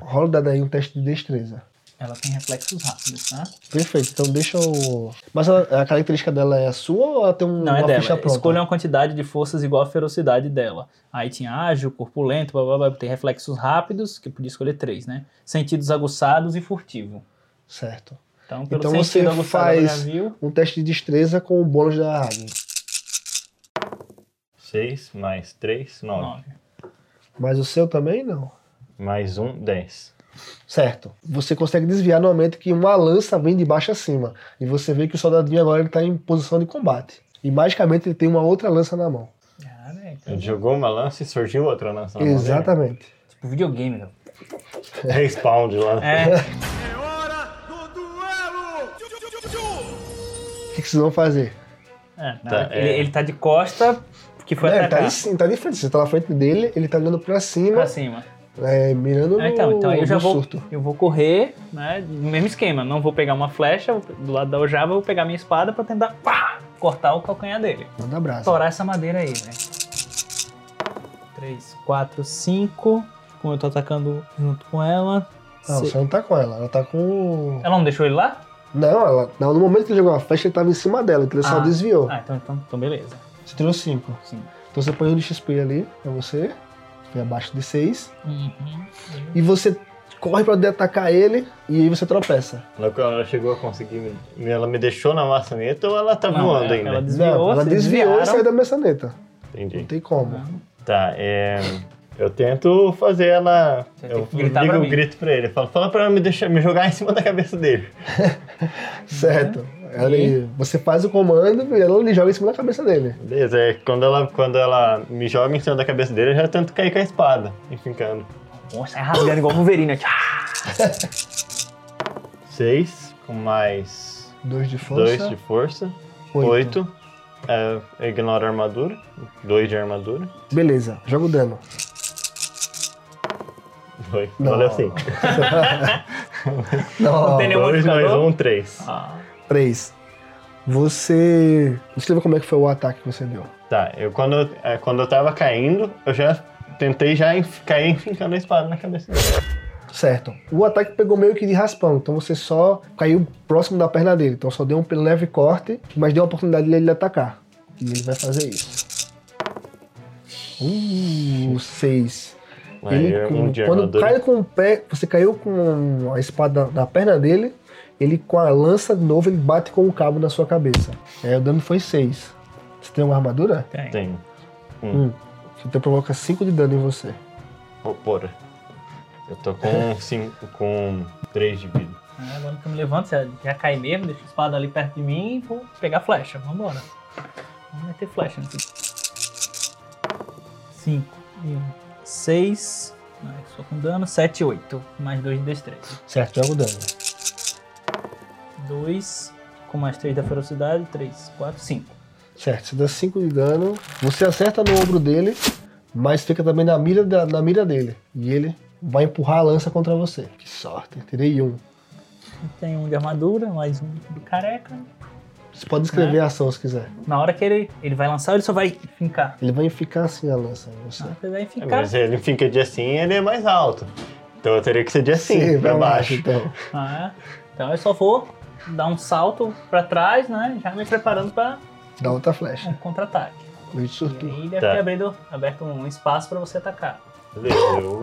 S3: rola o dado aí um teste de destreza.
S4: Ela tem reflexos rápidos, tá?
S3: Perfeito, então deixa o. Mas ela- a, característica dela é a sua ou ela tem um-
S4: Não,
S3: uma
S4: é
S3: ficha
S4: dela.
S3: pronta?
S4: Escolha uma quantidade de forças igual à ferocidade dela. Aí tinha ágil, corpulento, blá blá blá. Tem reflexos rápidos, que eu podia escolher três, né? Sentidos aguçados e furtivo.
S3: Certo.
S4: Então, pelo
S3: Então
S4: sentido
S3: você
S4: aguçado
S3: faz-
S4: ela já viu.
S3: Um teste de destreza com o bônus da águia.
S5: seis mais três nove
S4: Nove.
S3: Mas o seu também não.
S5: Mais um dez
S3: Certo. Você consegue desviar no momento que uma lança vem de baixo acima. E você vê que o soldadinho agora ele tá em posição de combate. E magicamente ele tem uma outra lança na mão.
S5: Ele
S4: Caraca.
S5: jogou uma lança e surgiu outra lança na mão dele.
S3: Exatamente.
S4: Tipo videogame, não.
S5: Respawn de lança.
S4: É,
S3: O que que vocês vão fazer?
S4: é, na
S5: Tá,
S4: hora que ele,
S5: é.
S4: ele tá de costa, porque foi
S3: É, ele tá,
S4: atacar.
S3: de, sim- tá de frente, você tá na frente dele, ele tá olhando pra cima,
S4: Pra cima.
S3: é, mirando
S4: Ah, então, então aí eu
S3: no
S4: já vou,
S3: surto.
S4: eu vou correr, né? No mesmo esquema. Não vou pegar uma flecha vou- do lado da aljava, vou pegar minha espada pra tentar pá, cortar o calcanhar dele.
S3: Manda abraço.
S4: Estourar essa madeira aí, né? 3, 4, 5. Como eu tô atacando junto com ela.
S3: Não,
S4: se-
S3: você não tá com ela, ela tá com.
S4: Ela não deixou ele lá?
S3: Não, ela. Não, no momento que ele jogou a flecha, ele tava em cima dela, então ele só
S4: Ah.
S3: desviou.
S4: Ah, então, então, então beleza.
S3: Você tirou 5.
S4: Sim.
S3: Então você põe um de XP ali pra você. Foi abaixo de 6.
S4: Uhum.
S3: E você corre pra poder atacar ele e aí você tropeça.
S5: Quando ela chegou a conseguir. me- Ela me deixou na maçaneta ou ela tá
S4: Não,
S5: voando
S4: ela-
S5: ainda?
S4: ela Desviou,
S3: não, ela
S4: vocês
S3: desviou e
S4: desviaram.
S3: saiu da maçaneta.
S5: Entendi.
S3: Não tem como.
S5: Tá, é. Eu tento fazer ela.
S4: Você
S5: Eu
S4: tem que gritar
S5: ligo
S4: pra
S5: o
S4: mim.
S5: grito pra ele. Eu Falo, fala pra ela me, deixar, me jogar em cima da cabeça dele.
S3: Certo. Ela, Você faz o comando e ela lhe joga em cima da cabeça dele.
S5: Beleza, é, quando, ela, quando ela me joga em cima da cabeça dele, eu já tento cair com a espada. E ficando.
S4: Nossa, é rasgando igual Wolverine aqui. Ah,
S5: Seis, com mais
S3: Dois de força.
S5: dois de força.
S3: Oito.
S5: Oito. É, eu ignoro a armadura. Dois de armadura.
S3: Beleza, joga o dano.
S5: Foi.
S3: Não.
S5: Valeu sim.
S4: Não tem nenhum
S5: Dois mais
S4: modificador.
S5: um, três.
S4: Ah,
S3: Três. Você. Descreva como é que foi o ataque que você deu.
S5: Tá, eu quando, eu- é, quando eu tava caindo, eu já tentei já enf- cair enfincando a espada na cabeça dele.
S3: Certo. O ataque pegou meio que de raspão, então você só caiu próximo da perna dele. Então só deu um leve corte, mas deu a oportunidade dele atacar. E ele vai fazer isso. Uh, seis.
S5: Aí,
S3: Ele, com-
S5: um de
S3: quando
S5: armadura.
S3: cai com o pé, você caiu com a espada na perna dele, ele com a lança de novo, ele bate com o cabo na sua cabeça. É, o dano foi seis. Você tem uma armadura?
S4: tem.
S5: Tem.
S3: Você provoca cinco de dano em você.
S5: Ô, porra. Eu tô com cinco, com três de vida.
S4: Ah, Agora que eu me levanto, você já cai mesmo, deixa a espada ali perto de mim e vou pegar a flecha. Vambora. Vamos meter flecha nesse. 5 e 1. 6. Só com dano. 7 e 8. Mais 2 de destreza.
S3: Certo, joga o dano.
S4: 2 com mais 3 da ferocidade. 3, 4, 5.
S3: Certo, você dá 5 de dano. Você acerta no ombro dele, mas fica também na mira, da- na mira dele. E ele vai empurrar a lança contra você. Que sorte, tirei um.
S4: Tem um de armadura, mais um do careca.
S3: Você pode
S5: É.
S3: escrever a ação se quiser.
S4: Na hora que ele, ele vai lançar, ele só vai fincar.
S3: Ele vai ficar assim a lança em você.
S4: Na hora que ele vai
S5: É,
S4: fincar.
S5: Mas ele fica de assim ele é mais alto. Então eu teria que ser de assim,
S3: Sim,
S5: pra
S3: vai lá,
S5: baixo.
S3: Então.
S4: Ah, então eu só vou dar um salto pra trás, né? Já me preparando pra
S3: Dá outra
S4: um
S3: flecha.
S4: contra-ataque.
S3: Meio de
S4: E
S3: surto.
S4: aí deve
S5: Tá.
S4: ter abrido, aberto um espaço pra você atacar.
S5: Beleza, eu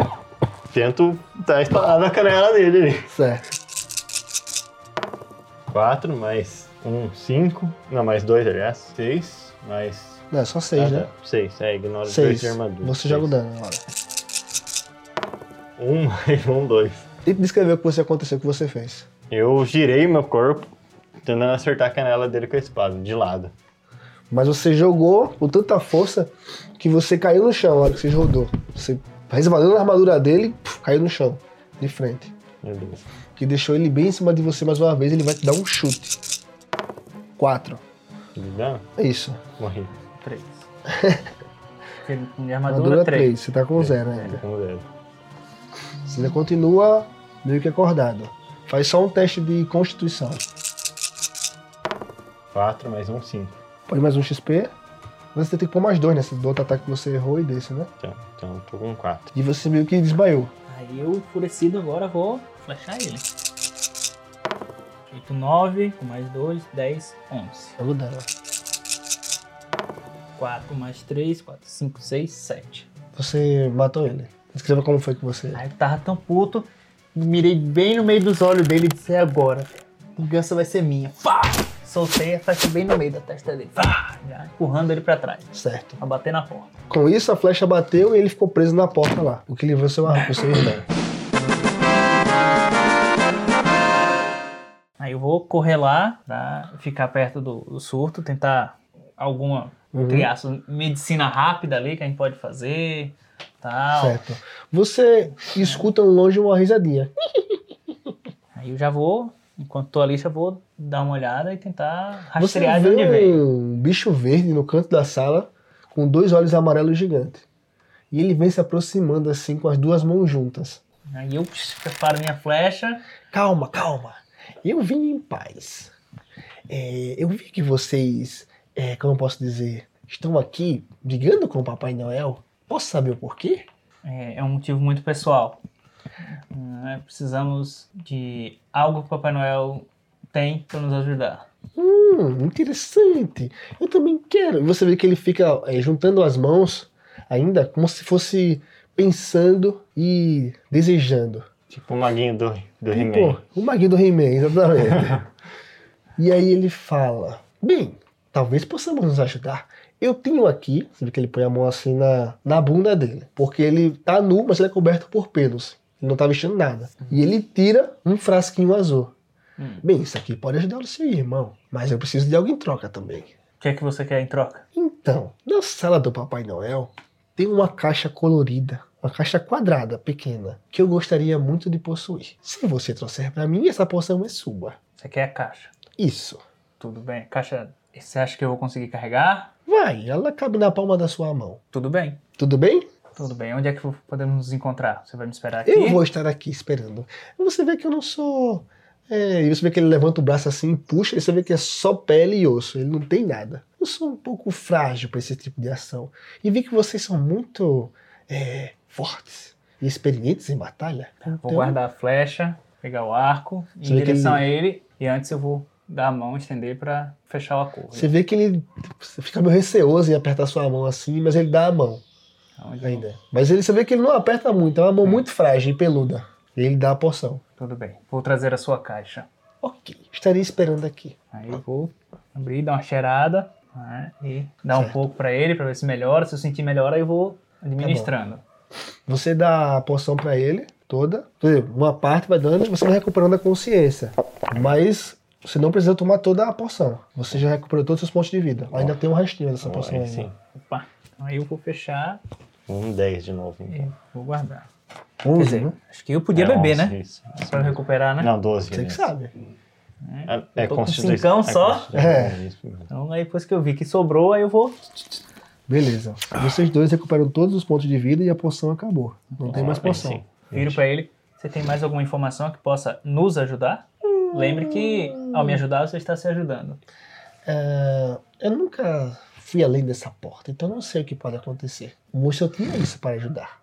S5: tento dar a espada na canela dele ali.
S3: Certo.
S5: Quatro, mais um, cinco. Não, mais dois, aliás. Seis, mais...
S3: Não, é só 6,
S5: Ah,
S3: né?
S5: tá. Seis, é, ignora os dois
S3: 6.
S5: de armadura.
S3: Você
S5: Seis.
S3: joga o dano agora.
S5: Um, mais um, dois.
S3: Tenta descrever o que você aconteceu, o que você fez.
S5: Eu girei meu corpo, tentando acertar a canela dele com a espada, de lado.
S3: Mas você jogou com tanta força que você caiu no chão na hora que você rodou. Você resvalou na armadura dele e caiu no chão, de frente.
S5: Meu Deus.
S3: Que deixou ele bem em cima de você mais uma vez, ele vai te dar um chute. Quatro.
S5: Não,
S3: É isso.
S5: morri.
S4: 3. De armadura
S3: Armadura
S4: 3.
S3: três. Você tá com zero ainda.
S5: Como deve.
S3: Você ainda continua meio que acordado. Faz só um teste de constituição.
S5: Quatro, mais um, cinco.
S3: Põe mais um XP. Mas Você tem que pôr mais dois, né? Esse Do outro ataque que você errou e desse, né?
S5: Então, então eu tô com quatro.
S3: E você meio que desmaiou.
S4: Aí eu, enfurecido agora, vou flechar ele. 8, 9, com mais 2, 10, 11.
S3: Joga o dano.
S4: 4 mais 3, 4, 5, 6, 7.
S3: Você matou ele. Descreva como foi que você. é.
S4: Aí eu tava tão puto, mirei bem no meio dos olhos dele e disse: "É agora, vingança vai ser minha. Pá! Soltei a flecha bem no meio da testa dele. Pá! Já empurrando ele pra trás,
S3: Certo.
S4: pra bater na porta.
S3: Com isso, a flecha bateu e ele ficou preso na porta lá. O que livrou seu arco, seu irmão.
S4: tá? Aí eu vou correr lá pra ficar perto do, do surto, tentar alguma,
S3: Uhum.
S4: entre aspas, medicina rápida ali que a gente pode fazer, tal.
S3: Certo. Você escuta um longe uma risadinha.
S4: Aí eu já vou, enquanto tô ali, já vou dar uma olhada e tentar
S3: Você
S4: rastrear de onde
S3: vê
S4: veio.
S3: um bicho verde no canto da sala com dois olhos amarelos gigantes. E ele vem se aproximando assim com as duas mãos juntas.
S4: Aí eu psh, preparo minha flecha.
S3: Calma, calma. Eu vim em paz. É, eu vi que vocês, é, como eu posso dizer, estão aqui brigando com o Papai Noel. Posso saber o porquê?
S4: É, é um motivo muito pessoal. Né? Precisamos de algo que o Papai Noel tem para nos ajudar.
S3: Hum, interessante. Eu também quero. E Você vê que ele fica é, juntando as mãos, ainda como se fosse pensando e desejando.
S5: Tipo o maguinho do,
S3: Pô,
S5: do He-Man.
S3: o maguinho do He-Man, exatamente. e aí ele fala: Bem, talvez possamos nos ajudar. Eu tenho aqui, você vê que ele põe a mão assim na, na bunda dele, porque ele tá nu, mas ele é coberto por pelos. Ele não tá vestindo nada. E ele tira um frasquinho azul.
S4: Hum.
S3: Bem, isso aqui pode ajudar o seu irmão, mas eu preciso de algo em troca também.
S4: O que é que você quer em troca?
S3: Então, na sala do Papai Noel tem uma caixa colorida, uma caixa quadrada, pequena, que eu gostaria muito de possuir. Se você trouxer pra mim, essa poção é sua.
S4: Você quer a caixa?
S3: Isso.
S4: Tudo bem. Caixa, você acha que eu vou conseguir carregar?
S3: Vai, ela cabe na palma da sua mão.
S4: Tudo bem.
S3: Tudo bem?
S4: Tudo bem. Onde é que podemos nos encontrar? Você vai me esperar aqui?
S3: Eu vou estar aqui esperando. Você vê que eu não sou. É, e você vê que ele levanta o braço assim, puxa, e você vê que é só pele e osso, ele não tem nada. Eu sou um pouco frágil pra esse tipo de ação. E vi que vocês são muito é, fortes e experientes em batalha.
S4: Vou
S3: Então-
S4: guardar a flecha, pegar o arco, ir
S3: Você
S4: em
S3: vê que
S4: direção a ele. E antes eu vou dar a mão, estender para fechar o acordo.
S3: Você vê que ele fica meio receoso em apertar sua mão assim, mas ele dá a mão
S4: Aonde eu-
S3: ainda. Mas ele, você vê que ele não aperta muito, é uma mão muito frágil e peluda. Ele dá a porção.
S4: Tudo bem. Vou trazer a sua caixa.
S3: Ok, estaria esperando aqui.
S4: Aí eu vou abrir, dar uma cheirada né, e dar um
S3: Certo.
S4: pouco pra ele, pra ver se melhora. Se eu sentir melhor, aí eu vou administrando.
S3: Tá Você dá a porção pra ele, toda. Quer dizer, Uma parte vai dando, você vai recuperando a consciência. Mas você não precisa tomar toda a porção. Você já recuperou todos os seus pontos de vida. Ainda tem um restinho dessa porção
S5: Aí
S3: ainda.
S5: sim.
S4: Opa. Então aí eu vou fechar
S5: Um 10 de novo.
S4: e vou guardar. Quer
S3: 11,
S4: dizer,
S3: né?
S4: acho que eu podia
S5: É,
S4: beber,
S5: 11,
S4: né?
S5: isso.
S4: Pra eu recuperar, né?
S5: Não, 12.
S3: Você que
S5: aliás.
S3: sabe.
S5: É, é
S4: Eu tô com
S5: constitui-
S4: cincão
S5: é
S4: só.
S5: constitui-
S3: É.
S5: isso mesmo.
S4: Então aí depois que eu vi que sobrou, aí eu vou.
S3: Beleza. Vocês dois recuperam todos os pontos de vida e a porção acabou. Então, Não tem mais
S5: Aí
S3: porção.
S5: sim.
S4: Viro pra ele. Você tem mais alguma informação que possa nos ajudar? Lembre que ao me ajudar, você está se ajudando.
S3: É, eu nunca fui além dessa porta, então não sei o que pode acontecer. O moço eu tinha isso para ajudar.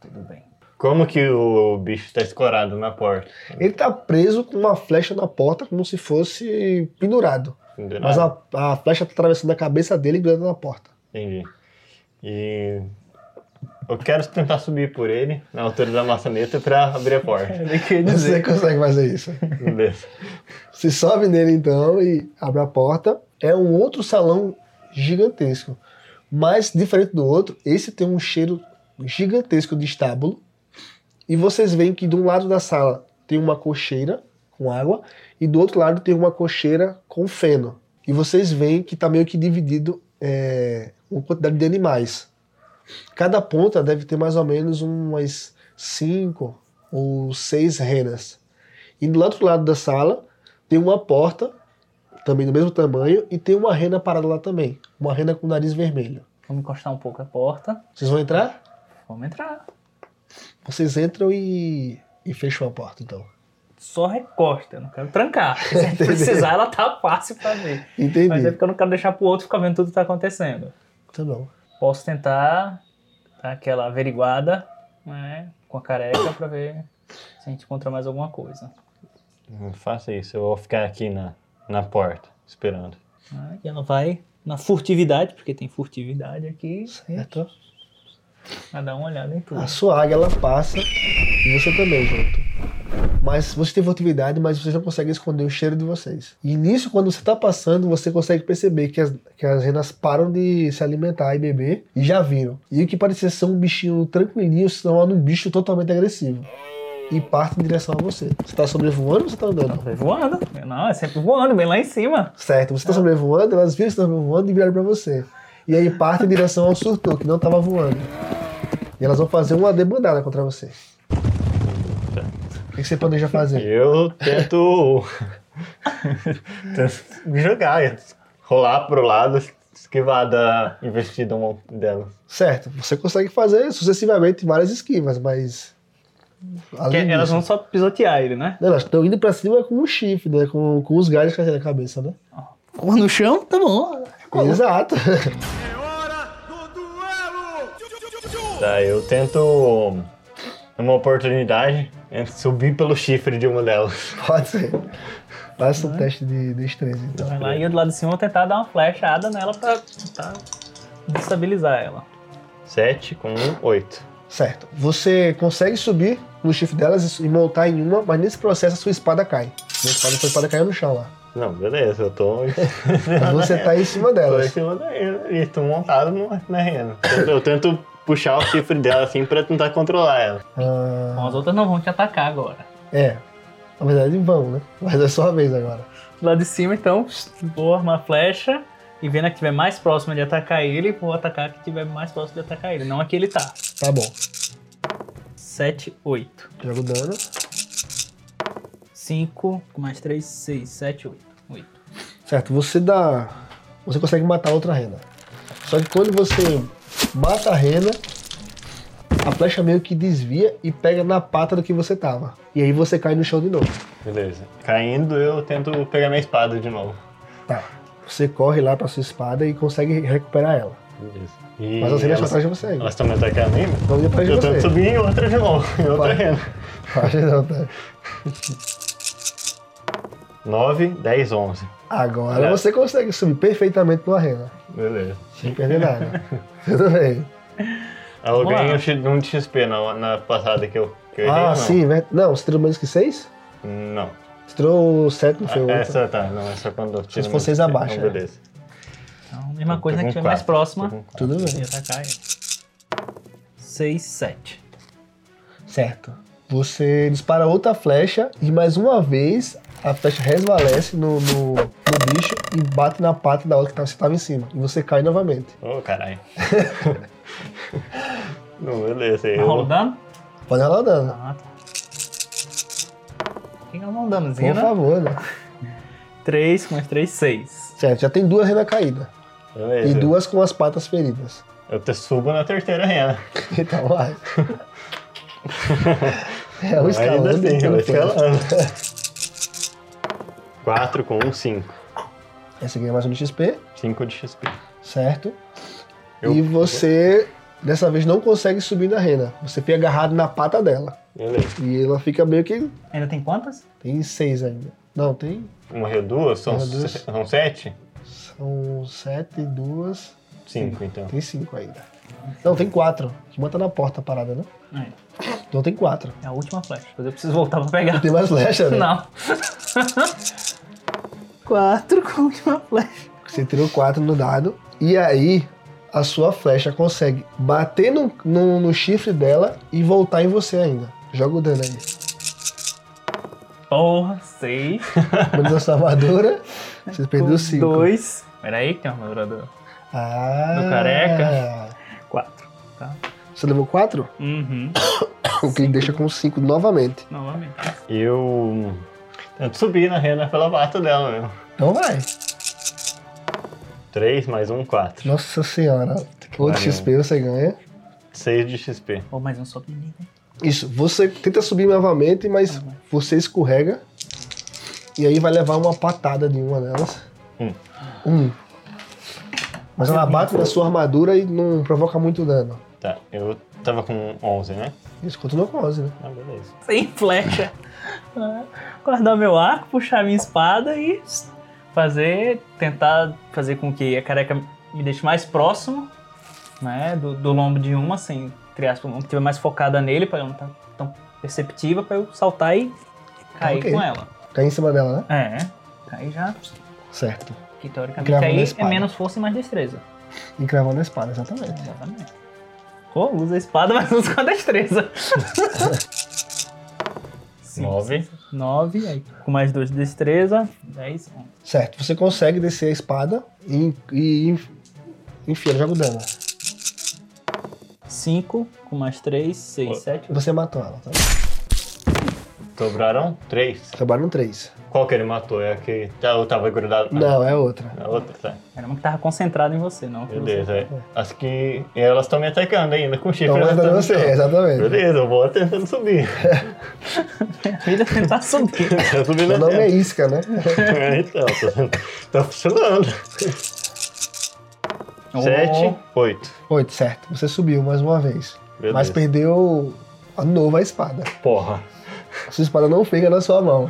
S4: Tudo bem.
S5: Como que o bicho tá escorado na porta?
S3: Ele tá preso com uma flecha na porta, como se fosse pendurado.
S5: Pendurado.
S3: Mas a, a flecha tá atravessando a cabeça dele e grudando na porta.
S5: Entendi. E eu quero tentar subir por ele na altura da maçaneta pra abrir a porta.
S4: Ele
S3: Você
S4: quer dizer.
S3: consegue fazer isso.
S5: Beleza.
S3: Você sobe nele então e abre a porta. É um outro salão gigantesco. Mas, diferente do outro, esse tem um cheiro gigantesco de estábulo. E vocês veem que de um lado da sala tem uma cocheira com água e do outro lado tem uma cocheira com feno. E vocês veem que está meio que dividido é, uma quantidade de animais. Cada ponta deve ter mais ou menos umas cinco ou seis renas. E do outro lado da sala tem uma porta, também do mesmo tamanho, e tem uma rena parada lá também. Uma rena com nariz vermelho.
S4: Vamos encostar um pouco a porta.
S3: Vocês vão entrar?
S4: Vamos entrar.
S3: Vocês entram e, e fecham a porta, então.
S4: Só recosta, eu não quero trancar. Se precisar, ela tá fácil pra ver.
S3: Entendi.
S4: Mas é porque eu não quero deixar pro outro ficar vendo tudo que tá acontecendo.
S3: Tá bom.
S4: Posso tentar dar aquela averiguada né, com a careca pra ver se a gente encontra mais alguma coisa.
S5: Não faça isso, eu vou ficar aqui na, na porta, esperando.
S4: né? E ela vai na furtividade, porque tem furtividade aqui,
S3: Certo?
S4: pra dar uma olhada em tudo.
S3: A sua águia, ela passa e você também junto. Mas você tem furtividade, mas vocês não conseguem esconder o cheiro de vocês. E nisso, quando você tá passando, você consegue perceber que as, que as renas param de se alimentar e beber e já viram. E o que parecia ser um bichinho tranquilinho se torna um bicho totalmente agressivo. e parte em direção a você. Você tá sobrevoando ou você tá andando?
S4: Foi voando. Não, é sempre voando, bem lá em cima.
S3: Certo, você tá sobrevoando, elas viram que você tá sobrevoando e vieram pra você. E aí parte em direção ao surtor, que não tava voando. E elas vão fazer uma debandada contra você. O que que você planeja fazer?
S5: Eu tento. tento me jogar, eu rolar pro lado, esquivar da investida dela.
S3: Certo, você consegue fazer sucessivamente várias esquivas, mas.
S4: Porque
S3: além
S4: elas
S3: disso-
S4: vão só pisotear ele, né?
S3: Não, elas estão indo pra cima com o chifre, né? Com, com os galhos que ela tem na cabeça, né?
S4: Corra no chão, tá bom.
S3: Exato.
S5: Tá, eu tento. Numa oportunidade, eu subir pelo chifre de uma delas.
S3: Pode ser. Faça
S4: Né?
S3: um teste de destreza, então.
S4: Vai lá e eu do lado de cima vou tentar dar uma flechada nela pra tentar destabilizar ela.
S5: Sete com um, oito.
S3: Certo. Você consegue subir no chifre delas e montar em uma, mas nesse processo a sua espada cai. Sua espada, sua espada caiu no chão lá.
S5: Não, beleza, eu tô.
S3: Mas você tá em cima
S5: Tô em
S3: delas.
S5: cima da rena ali, tô montado numa- na rena. Eu tento puxar o chifre dela assim pra tentar controlar ela.
S3: Ah,
S4: Bom, as outras não vão te atacar agora.
S3: é. Na verdade vão, né? Mas é só a vez agora.
S4: Do lado de cima, então, vou armar a flecha e vendo a que tiver mais próxima de atacar ele, vou atacar a que tiver mais próxima de atacar ele, não a que ele tá.
S3: Tá bom.
S4: 7, 8.
S3: Jogo dano.
S4: 5, mais 3, 6, 7, 8. 8.
S3: Certo, você dá. Você consegue matar outra rena. Só que quando você mata a rena, a flecha meio que desvia e pega na pata do que você tava. E aí você cai no chão de novo.
S5: Beleza. Caindo, eu tento pegar minha espada de novo.
S3: Tá. Você corre lá pra sua espada e consegue recuperar ela.
S5: Beleza. E
S3: Mas as renas estão
S5: elas
S3: atrás de você ainda.
S5: estão me atacando ainda?
S3: Estão indo atrás de
S5: Eu tento
S3: você.
S5: subir em outra de um novo, em outra
S3: Vai.
S5: rena.
S3: Acho não, tá?
S5: 9, 10, 11.
S3: Agora
S5: É.
S3: você consegue subir perfeitamente numa rena.
S5: Beleza.
S3: Sem perder nada. Tudo bem.
S5: Ah, Eu
S4: Vamos lá.
S5: ganhei um X- um XP na, na passada que eu, que eu errei,
S3: ah,
S5: não.
S3: sim. ver- Não, você tirou menos que seis?
S5: Não.
S3: Você tirou sete, não foi
S5: Ah,
S3: oito?
S5: essa tá, não, essa quando eu tiro.
S3: Se fosse seis
S5: meu-
S3: abaixo,
S5: Não,
S3: né?
S5: beleza.
S4: Então, mesma coisa
S5: Tô
S4: na
S3: um
S5: com
S4: que tiver mais
S5: quatro,
S4: próxima
S5: tô com quatro.
S3: Tudo
S4: de
S3: bem.
S4: atacar ele. 6, 7.
S3: Certo. Você dispara outra flecha e mais uma vez a flecha resvalece no, no, no bicho e bate na pata da outra que tá- você tava em cima. E você cai novamente.
S5: Ô, caralho. não, beleza. Eu...
S4: Rola o dano?
S3: Pode rolar o dano.
S4: Tá Ah, tá. Tem que rolar um danozinho,
S3: Por
S4: né?
S3: favor, né?
S4: 3, mais 3, 6.
S3: Certo, já tem duas renas caídas. E
S5: Beleza.
S3: duas com as patas feridas.
S5: Eu te subo na terceira rena.
S3: Então vai. É o
S5: Mas
S3: escalão.
S5: Ainda assim,
S3: pelo
S5: vai
S3: plano.
S5: escalando. 4 com 1, 5.
S3: Esse ganha mais um de XP,
S5: 5 de XP.
S3: certo?
S5: Eu-
S3: E você, dessa vez, não consegue subir na rena. Você fica agarrado na pata dela.
S5: Beleza.
S3: E ela fica meio que
S4: Ainda tem quantas?
S3: Tem seis ainda. Não, tem.
S5: Morreu duas? São,
S3: Morreu duas.
S5: se- são sete?
S3: São sete, duas.
S5: Cinco, então.
S3: Tem cinco ainda. Não, tem quatro. Que mata na porta a parada, né?
S4: É,
S3: Então tem quatro.
S4: é a última flecha. Depois eu preciso voltar pra pegar.
S3: Tem mais flecha, né?
S4: Não. 4 com a última flecha.
S3: Você tirou quatro no dado. E aí, a sua flecha consegue bater no, no, no chifre dela e voltar em você ainda. Joga o dano aí.
S4: Porra, 6.
S3: Menos a sua armadura. Você perdeu cinco.
S4: 2. Peraí, que é tem uma armadura do
S3: Ah.
S4: Do careca. 4. Tá?
S3: Você levou quatro?
S4: Uhum.
S3: O que deixa com cinco novamente.
S4: Novamente.
S5: Eu tento subir na rena pela bata dela mesmo.
S3: Então vai.
S5: 3 mais 1, 4.
S3: Nossa senhora. Outro
S5: pariu.
S3: XP você ganha.
S5: 6 de XP.
S4: Ou mais um só pra mim. né?
S3: Isso, você tenta subir novamente, mas você escorrega. E aí vai levar uma patada de uma delas.
S5: Um.
S3: Um. Mas ela bate na sua armadura e não provoca muito dano.
S5: Tá, eu tava com 11, né?
S3: Isso, continua com 11, né?
S5: Ah, beleza.
S4: Sem flecha. Ah, Guardar meu arco, puxar minha espada e fazer. tentar fazer com que a careca me deixe mais próximo, né? Do, do lombo de uma, assim, entre aspas, uma que estiver mais focada nele, pra ela não estar tão perceptiva, pra eu saltar e cair
S3: Ok.
S4: com ela.
S3: Cai em cima dela, né?
S4: É. Aí já.
S3: Certo.
S4: Que teoricamente
S3: Gravando a
S4: aí é
S3: espada.
S4: menos força e mais destreza.
S3: Encravando a espada, exatamente.
S4: Exatamente. Pô, usa a espada, mas usa com a destreza. sim.
S5: 9.
S4: 9, aí com mais 2 de destreza, 10, 11.
S3: Certo, você consegue descer a espada e, e enfia, joga o dano.
S4: 5, com mais 3, 6, 7.
S3: Você matou ela, tá?
S5: Sobraram 3.
S3: Trabalham três.
S5: Qual que ele matou? É a que tá, eu tava grudado na
S3: Não, é outra.
S5: na outra, tá?
S4: Era uma que tava concentrada em você, não. que você-
S5: Beleza. é. As que. e elas estão me atacando ainda com chifre.
S3: Então
S5: elas
S3: ainda
S5: tão no
S3: não sei,
S5: chão.
S3: exatamente.
S5: Beleza, eu vou tentando subir.
S4: Ele tentar subir.
S5: Tá subindo
S3: Meu nome
S5: até.
S3: é Isca, né?
S5: É, então, tá, tá funcionando.
S4: Oh.
S5: 7, 8.
S3: Oito, certo. Você subiu mais uma vez.
S5: Beleza.
S3: Mas perdeu a nova espada.
S5: Porra.
S3: A sua espada não fica na sua mão.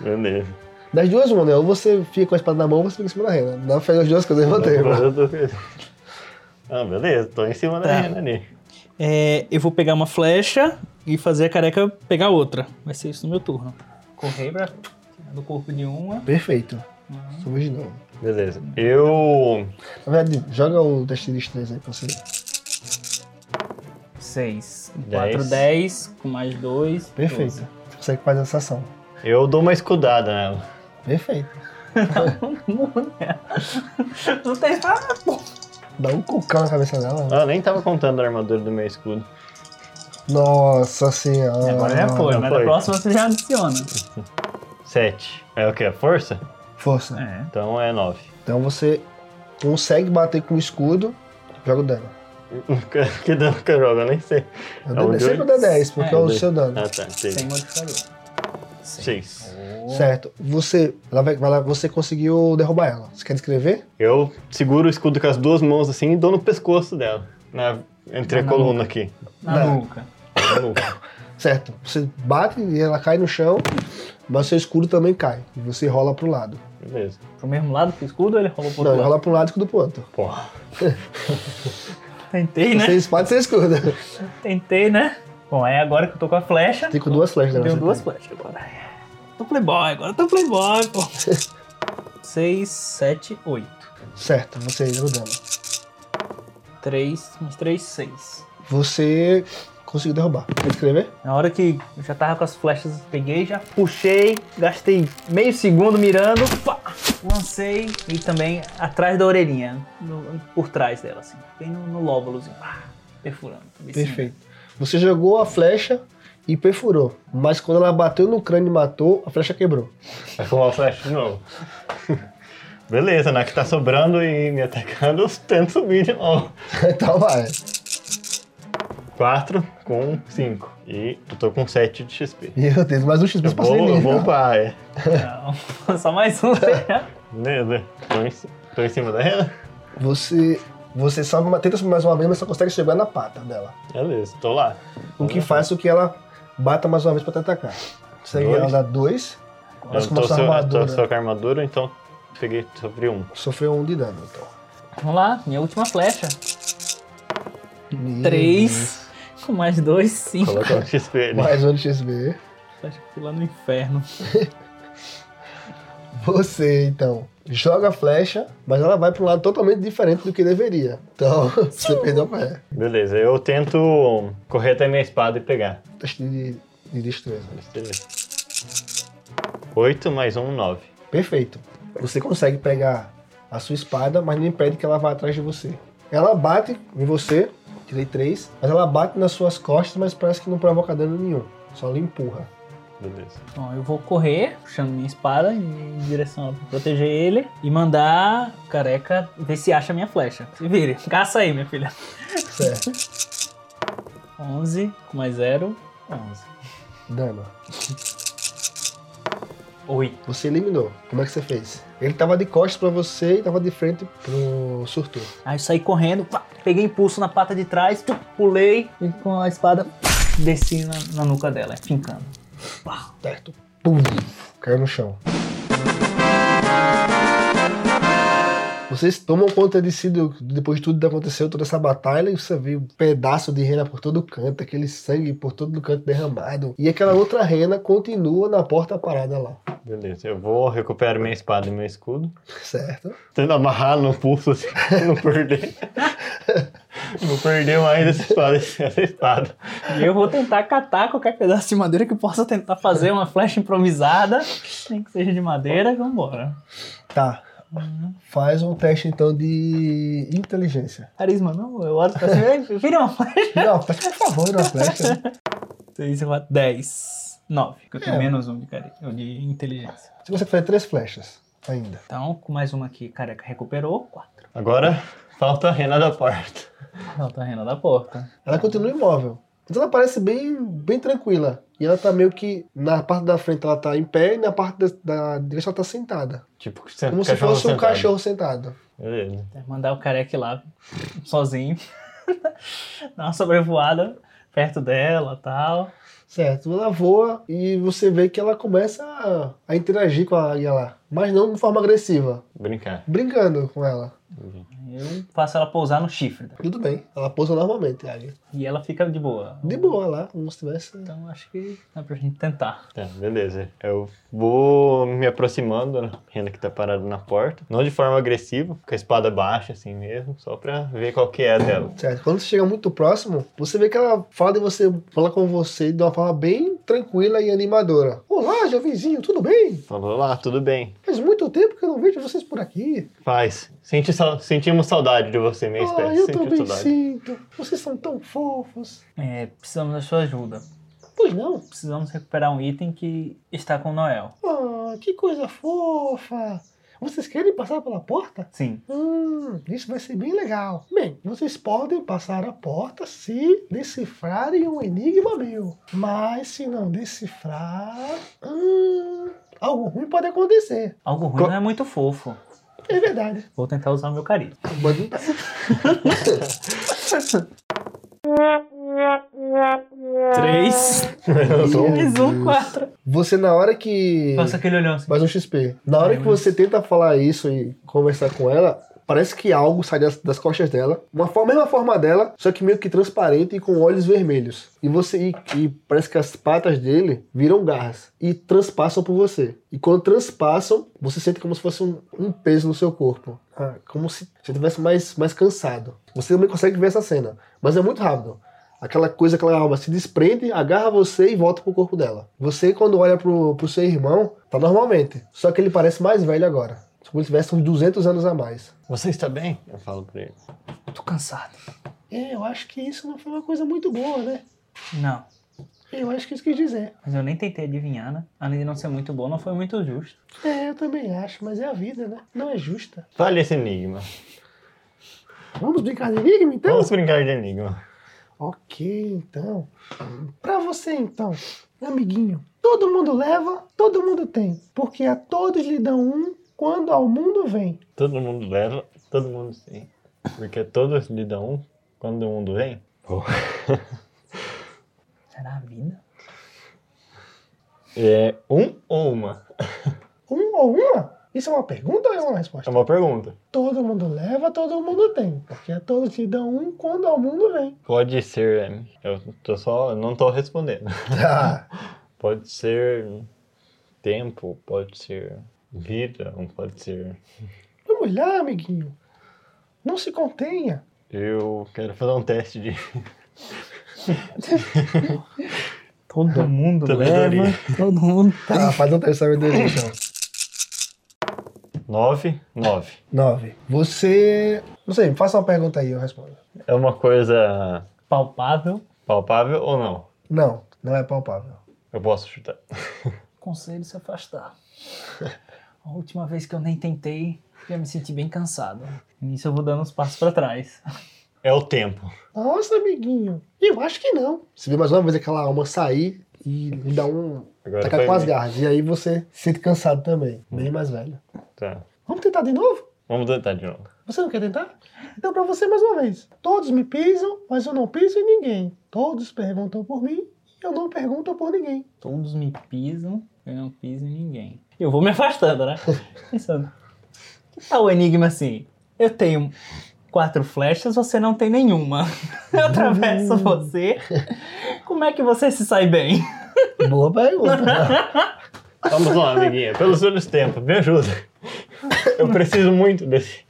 S5: Beleza.
S3: Das duas, mano, ou você fica com a espada na mão ou você fica em cima da rena. Não faz as duas coisas ao mesmo tempo.
S5: Agora eu tô- Ah, beleza, tô em cima
S4: Tá.
S5: da rena ali.
S4: É, eu vou pegar uma flecha e fazer a careca pegar outra. Vai ser isso no meu turno. Correr pra tirar do corpo de uma.
S3: Perfeito. Subiu de novo.
S5: Beleza. Eu.
S3: Na verdade, joga o teste de destreza aí pra você.
S4: 6.
S5: Dez.
S4: 4, 10. Com mais 2.
S3: Perfeito. Você consegue fazer essa ação.
S5: Eu dou uma escudada nela.
S3: Perfeito.
S4: Não tem nada, pô.
S3: Dá um cucão na cabeça dela.
S5: Ah, nem tava contando a armadura do meu escudo.
S3: Nossa senhora.
S4: Agora é já foi,
S5: não
S4: mas
S5: foi.
S4: na próxima você já adiciona.
S5: 7. É o que? Força?
S3: Força.
S4: É.
S5: Então é 9.
S3: Então você consegue bater com o escudo, joga o dano.
S5: que dano que eu jogo? Eu nem sei.
S3: Eu
S5: É
S3: dei-
S5: um de
S3: sempre
S5: oito?
S3: dá 10, porque é,
S4: É,
S3: o
S5: um de-
S3: seu dano.
S5: Ah, tá.
S4: Sem
S5: 6.
S4: modificador.
S5: 6.
S3: Certo. Você, ela vai, vai lá, você conseguiu derrubar ela. Você quer descrever?
S5: Eu seguro o escudo com as duas mãos assim e dou no pescoço dela. Na, entre a
S4: Na
S5: coluna aqui.
S4: Na
S3: Não.
S4: nuca.
S3: Certo. Você bate e ela cai no chão, mas seu escudo também cai. E você rola pro lado.
S5: Beleza.
S4: Pro mesmo lado que o escudo ou ele rolou pro
S3: Não,
S4: outro
S3: ele
S4: lado?
S3: rola pro lado e escudo pro outro.
S5: Porra.
S4: Tentei, né?
S3: Sem espada e sem escudo.
S4: Tentei, né? Bom, é agora que eu tô com a flecha.
S3: Tem com duas flechas. né,
S4: Tenho
S3: você
S4: duas
S3: tem.
S4: flechas agora. Tô playboy, agora tô playboy, pô. 6, 7, 8.
S3: Certo. Você joga o dano.
S4: 3, uns 3, 6.
S3: Você conseguiu derrubar. Quer descrever?
S4: Na hora que eu já tava com as flechas, peguei, já puxei, gastei meio segundo mirando, pá, lancei e também atrás da orelhinha, no- por trás dela, assim, bem no, no lóbulozinho, pá, perfurando. cabecinha.
S3: Perfeito. Você jogou a flecha e perfurou. Mas quando ela bateu no crânio e matou, a flecha quebrou.
S5: Vai arrumar o flash de novo. Beleza, na que tá sobrando e me atacando, eu tento subir de novo.
S3: então vai.
S5: 4 com 5. E eu tô com 7 de XP.
S3: Meu Deus, mais um
S5: Eu
S3: X-Plus pra
S5: vou, eu vou upar, é.
S4: Não, só mais um.
S5: Beleza. Tô em, ci- tô em cima da rena?
S3: Você, você sobe uma, tenta subir mais uma vez, mas só consegue chegar na pata dela.
S5: Beleza, tô lá.
S3: O que faz com que ela bata mais uma vez pra te atacar. Consegue
S5: Dois.
S3: ela dar dois, mas
S5: Eu
S3: como a
S5: tô,
S3: sua
S5: só, eu tô
S3: armadura
S5: só com a armadura, então peguei, sofri um.
S3: sofreu um de dano. Então.
S4: Vamos lá, minha última flecha. Hum,
S3: Meu
S4: 3, com mais 2, 5.
S5: Coloca o XP
S3: Deus.
S5: ali.
S3: Mais um de XP.
S4: Acho que fui lá no inferno.
S3: Você, então, joga a flecha, mas ela vai pra um lado totalmente diferente do que deveria. Então, você perdeu o pé.
S5: Beleza, eu tento correr até minha espada e pegar.
S3: Teste de, de destreza.
S5: 8 mais 1, 9.
S3: Perfeito. Você consegue pegar a sua espada, mas não impede que ela vá atrás de você. Ela bate em você, tirei três, mas ela bate nas suas costas, mas parece que não provoca dano nenhum. Só lhe empurra.
S5: Beleza.
S4: Bom, eu vou correr, puxando minha espada em direção a ela pra proteger ele e mandar o careca ver se acha a minha flecha. Se vire, caça aí, minha filha.
S3: Certo.
S4: 11, com mais Ah, 0, 11.
S3: Dano.
S4: 8.
S3: Você eliminou. Como é que você fez? Ele tava de costas pra você e tava de frente pro surtur.
S4: Aí eu saí correndo, pá, peguei impulso na pata de trás, tum, pulei e com a espada pá, desci na, na nuca dela, fincando.
S3: Certo. Pum! Caiu no chão. Vocês tomam conta de si do- depois de tudo que aconteceu, toda essa batalha, e você vê um pedaço de rena por todo canto, aquele sangue por todo canto derramado. E aquela outra rena continua na porta parada lá,
S5: Beleza, eu vou recuperar minha espada e meu escudo.
S3: certo?
S5: Tendo amarrar no pulso assim, pra não perder. não perder mais essa espada, essa espada.
S4: E eu vou tentar catar qualquer pedaço de madeira que eu possa tentar fazer uma flecha improvisada, nem que seja de madeira, e vambora.
S3: Tá. Faz um teste então de inteligência.
S4: Carisma, não, eu olho pra cima, "Ei, vira uma flecha.
S3: Não, faz por favor, não flecha.
S4: 6, 4, 10, 9, que eu tenho
S3: É.
S4: menos um de, carisma, de inteligência.
S3: Se você fizer três flechas ainda.
S4: Então, com mais uma aqui, careca recuperou, 4.
S5: Agora falta a rena da porta.
S4: Falta a rena tá da porta.
S3: Ela continua imóvel. Então ela parece bem, bem tranquila. E ela tá meio que. Na parte da frente ela tá em pé e na parte da, da direita ela tá sentada.
S5: Tipo, senta-
S3: Como se
S5: cachorro
S3: fosse um
S5: sentado.
S3: cachorro sentado.
S5: Beleza.
S4: Até Mandar o careca ir lá, sozinho, dar uma sobrevoada perto dela tal.
S3: Certo. Ela voa e você vê que ela começa a, a interagir com a águia lá. Mas não de forma agressiva.
S5: Brincar.
S3: Brincando com ela.
S4: Eu faço ela pousar no chifre.
S3: Tudo bem. Ela pousa normalmente, a águia.
S4: E ela fica de boa.
S3: De boa lá, como se tivesse.
S4: Então acho que dá pra gente tentar.
S5: Tá, beleza. Eu vou me aproximando da rena que tá parada na porta. Não de forma agressiva, com a espada baixa assim mesmo, só pra ver qual que é a dela.
S3: Certo. Quando você chega muito próximo, você vê que ela fala de você, fala com você de uma forma bem tranquila e animadora. Olá, jovenzinho, tudo bem?
S5: Falou lá, tudo bem.
S3: Faz muito tempo que eu não vejo vocês por aqui.
S5: Faz. Senti sal- Sentimos saudade de você, minha espécie.
S3: ah, eu
S5: Sentimos
S3: também
S5: é, saudade.
S3: sinto. Vocês são tão fofos.
S4: É, precisamos da sua ajuda.
S3: Pois não?
S4: Precisamos recuperar um item que está com o Noel.
S3: Ah, que coisa fofa. Vocês querem passar pela porta?
S4: Sim.
S3: Hum, isso vai ser bem legal. Bem, vocês podem passar a porta se decifrarem um enigma meu. Mas se não decifrar, hum, algo ruim pode acontecer.
S4: Algo ruim
S5: Co-
S4: não é muito fofo.
S3: É verdade.
S4: Vou tentar usar o meu carisma.
S3: Mas não tá.
S4: Três. Mais um, quatro.
S3: Você na hora que
S4: Faça aquele olhão assim.
S3: Mais um XP. Na hora que você tenta falar isso e conversar com ela, parece que algo sai das, das costas dela. Uma forma, mesma forma dela, só que meio que transparente e com olhos vermelhos. E você e, e parece que as patas dele viram garras e transpassam por você. E quando transpassam, você sente como se fosse um, um peso no seu corpo. Ah, como se você estivesse mais, mais cansado. Você também consegue ver essa cena, mas é muito rápido. Aquela coisa, aquela alma se desprende, agarra você e volta pro corpo dela. Você, quando olha pro, pro seu irmão, tá normalmente. Só que ele parece mais velho agora. Como se tivesse uns 200 anos a mais.
S5: Você está bem? Eu falo pra ele.
S4: Tô cansado.
S3: É, eu acho que isso não foi uma coisa muito boa, né?
S4: Não.
S3: Eu acho que isso quis dizer.
S4: Mas eu nem tentei adivinhar, né? Além de não ser muito bom, não foi muito justo.
S3: É, eu também acho, mas é a vida, né? Não é justa.
S5: Fale esse enigma.
S3: Vamos brincar de enigma, então?
S5: Vamos brincar de enigma.
S3: Ok, então. Pra você, então, amiguinho, todo mundo leva, todo mundo tem. Porque a todos lhe dão um quando ao mundo vem.
S5: Todo mundo leva, todo mundo tem. Porque todos lhe dão um quando o mundo vem.
S4: Será a vida?
S5: É um ou uma?
S3: Um ou uma? Isso é uma pergunta ou é uma
S5: É
S3: resposta?
S5: uma pergunta.
S3: Todo mundo leva, todo mundo tem. Porque a todos te dão um quando ao mundo vem.
S5: Pode ser. é, Eu tô só. eu Não tô respondendo.
S3: Tá.
S5: Pode ser tempo, pode ser vida, pode ser.
S3: Vamos lá, amiguinho. Não se contenha.
S5: Eu quero fazer um teste de
S4: Todo mundo
S5: Sabedoria.
S4: Todo mundo
S3: Tá, faz um teste de sabedoria, então.
S5: 9. 9.
S3: Nove. Você. Não sei, me faça uma pergunta aí, eu respondo.
S5: É uma coisa
S4: Palpável.
S5: palpável ou não?
S3: Não, não é palpável.
S5: Eu posso chutar.
S4: Conselho se afastar. A última vez que eu nem tentei, já me senti bem cansado. Nisso eu vou dando uns passos pra trás.
S5: É o tempo.
S3: Nossa, amiguinho. Eu acho que não. Você vê mais uma vez aquela alma sair e lhe dá um.
S5: Agora
S3: Tacar
S5: foi Hum.
S3: com as
S5: bem.
S3: garras. E aí você se sente cansado também. Bem mais velho.
S5: Tá.
S3: Vamos tentar de novo?
S5: Vamos tentar de novo.
S3: Você não quer tentar? Então, pra você mais uma vez. Todos me pisam, mas eu não piso em ninguém. Todos perguntam por mim e eu não pergunto por ninguém.
S4: Todos me pisam, eu não piso em ninguém. Eu vou me afastando, né? Pensando. Que tal o enigma assim? Eu tenho quatro flechas, você não tem nenhuma. Eu atravesso você. Como é que você se sai bem?
S3: Boa pergunta.
S5: Vamos lá, amiguinha. Pelos olhos tempo, me ajuda. Eu preciso muito desse.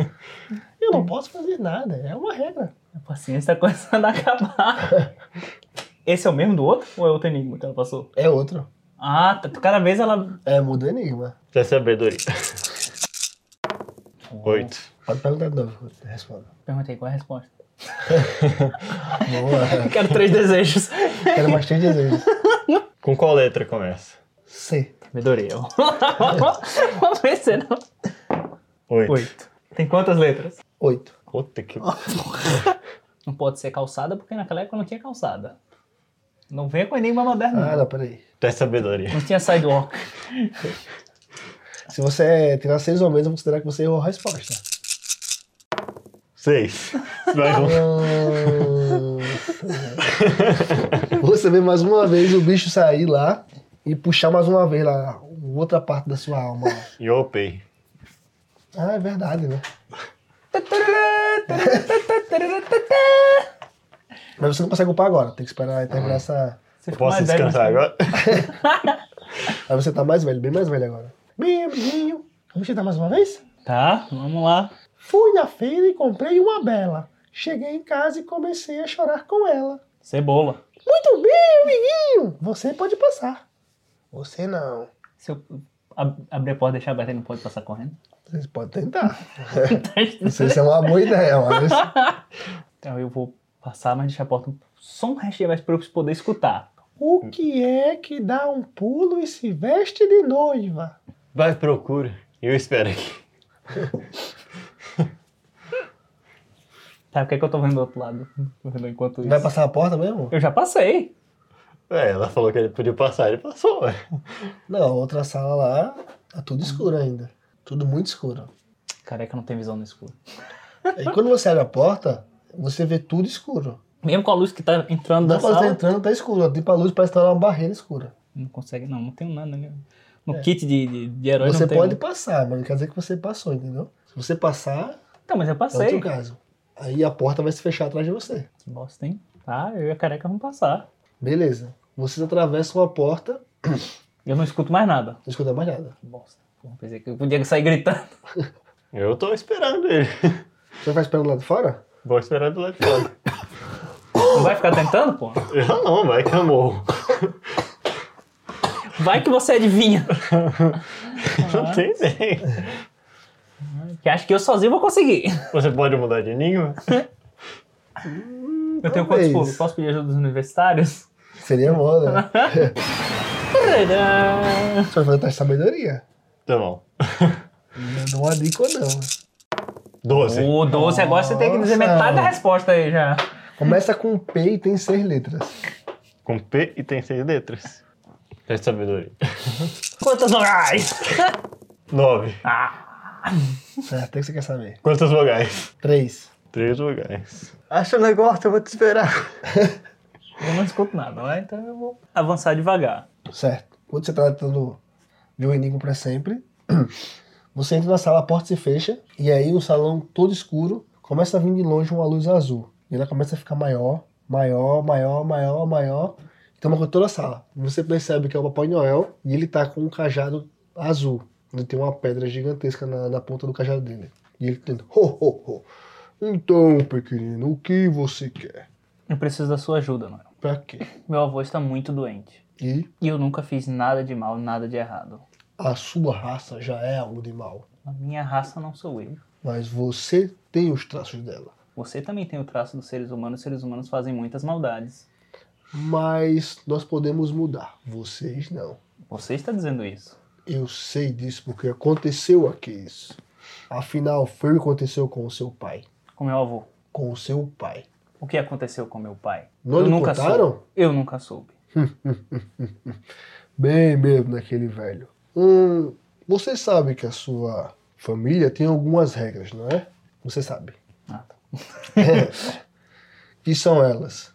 S3: Eu não posso fazer nada, é uma regra.
S4: A paciência tá começando a acabar. Esse é o mesmo do outro? Ou é outro enigma que ela passou?
S3: É outro.
S4: Ah, tá. Cada vez ela.
S3: É, muda o enigma.
S5: Já sabedoria. Oito.
S3: Pode perguntar de novo, eu respondo.
S4: Perguntei qual é a resposta.
S3: Boa.
S4: Quero três desejos.
S3: Quero mais três desejos.
S5: Com qual letra começa?
S3: C.
S4: Sabedoria. Vamos ver se não.
S5: Oito.
S4: Oito. Tem quantas letras?
S3: Oito.
S5: Puta que.
S4: Não pode ser calçada, porque naquela época não tinha calçada. Não venha com enigma moderno.
S3: Ah,
S4: não.
S3: não, peraí.
S5: Tu é sabedoria.
S4: Não tinha sidewalk.
S3: Se você tirar seis ou menos, eu vou considerar que você errou a resposta.
S5: Seis. Mais um.
S3: Nossa. Hum. Você vê mais uma vez o bicho sair lá e puxar mais uma vez lá outra parte da sua alma.
S5: Yopei.
S3: Ah, é verdade, né? Mas você não consegue upar agora, tem que esperar terminar essa.
S4: Você
S5: Eu
S4: ficou
S5: posso
S4: mais velho, assim.
S5: descansar
S4: mas-
S5: agora?
S3: Aí você tá mais velho, bem mais velho agora. Bem, amiguinho, vamos tentar mais uma vez?
S4: Tá, vamos lá.
S3: Fui na feira e comprei uma bela. Cheguei em casa e comecei a chorar com ela.
S4: Cebola.
S3: Muito bem, amiguinho! Você pode passar. Você não.
S4: Se eu ab- abrir a porta e deixar aberta, ele não pode passar correndo.
S3: Vocês podem tentar. Não sei se é uma boa ideia, mas.
S4: Então eu vou passar, mas deixar a porta só um restinho mais pra eu poder escutar.
S3: O que é que dá um pulo e se veste de noiva?
S5: Vai, procura. Eu espero aqui.
S4: Tá, por que, que eu tô vendo do outro lado? Tô vendo enquanto isso.
S3: Vai passar a porta mesmo?
S4: Eu já passei.
S5: É, ela falou que ele podia passar, ele passou, ué.
S3: Não, outra sala lá tá tudo escuro ainda. Tudo muito escuro.
S4: Careca não tem visão no escuro.
S3: E quando você abre a porta, você vê tudo escuro.
S4: Mesmo com a luz que tá entrando
S3: Não
S4: da
S3: pode
S4: sala,
S3: estar entrando, tá escuro. Tipo, a luz parece estar uma barreira escura.
S4: não consegue, não. Não tem um nada mesmo. No kit de, de, de herói
S3: É. Você
S4: não tem. um.
S3: pode passar, mas não quer dizer que você passou, entendeu? Se você passar,
S4: Tá, mas eu
S3: é outro
S4: passei.
S3: caso. Aí a porta vai se fechar atrás de você.
S4: Que bosta, hein? Tá, eu e a careca vamos passar.
S3: Beleza. Vocês atravessam a porta,
S4: Eu não escuto mais nada.
S3: não escuta mais nada.
S4: Que bosta. Porra, pensei que eu podia sair gritando.
S5: Eu tô esperando ele.
S3: Você vai esperando lá de fora?
S5: Vou esperar do lado de fora.
S4: Não vai ficar tentando, pô?
S5: Eu não, vai que eu morro.
S4: Vai que você adivinha.
S5: Não tem ideia.
S4: Que acho que eu sozinho vou conseguir.
S5: Você pode mudar de enigma?
S4: Eu tenho
S3: Talvez.
S4: quantos pulos? Posso pedir ajuda dos universitários?
S3: Seria moda, né?
S4: Tadã!
S3: Você vai fazer o teste de sabedoria.
S5: Tá bom.
S3: Não dou uma dica ou não.
S5: Doze.
S4: O 12 agora você tem que dizer
S3: Nossa.
S4: metade da resposta aí já.
S3: Começa com P e tem seis letras.
S5: Com P e tem seis letras. É sabedoria.
S4: Quantas Ah. vogais?
S5: Nove.
S3: Certo, o É, que você quer saber?
S5: Quantas vogais?
S3: Três.
S5: Três vogais.
S3: Acha o negócio, eu vou te esperar.
S4: Eu não escuto nada, né? então eu vou avançar devagar.
S3: Certo. Quando você tá tentando ver o enigma pra sempre, você entra na sala, a porta se fecha, e aí o salão todo escuro começa a vir de longe uma luz azul. E ela começa a ficar maior, maior, maior, maior, maior. E toma conta toda a sala. Você percebe que é o Papai Noel e ele tá com um cajado azul. Ele tem uma pedra gigantesca na, na ponta do cajado dele. E ele tenta, ho, ho, ho. Então, pequenino, o que você quer?
S4: Eu preciso da sua ajuda, mano.
S3: Pra quê?
S4: Meu avô está muito doente.
S3: E
S4: E eu nunca fiz nada de mal, nada de errado.
S3: a sua raça já é algo de mal.
S4: A minha raça não sou eu.
S3: Mas você tem os traços dela.
S4: Você também tem o traço dos seres humanos. Os seres humanos fazem muitas maldades.
S3: Mas nós podemos mudar. Vocês não.
S4: Você está dizendo isso.
S3: Eu sei disso porque aconteceu aqui isso. Afinal, foi o que aconteceu com o seu pai.
S4: Com meu avô.
S3: Com o seu pai.
S4: O que aconteceu com meu pai?
S3: Não lhe contaram?
S4: soube. Eu nunca soube.
S3: Bem mesmo naquele velho. Hum, você sabe que a sua família tem algumas regras, não é? Você sabe.
S4: Ah, tá.
S3: que são elas?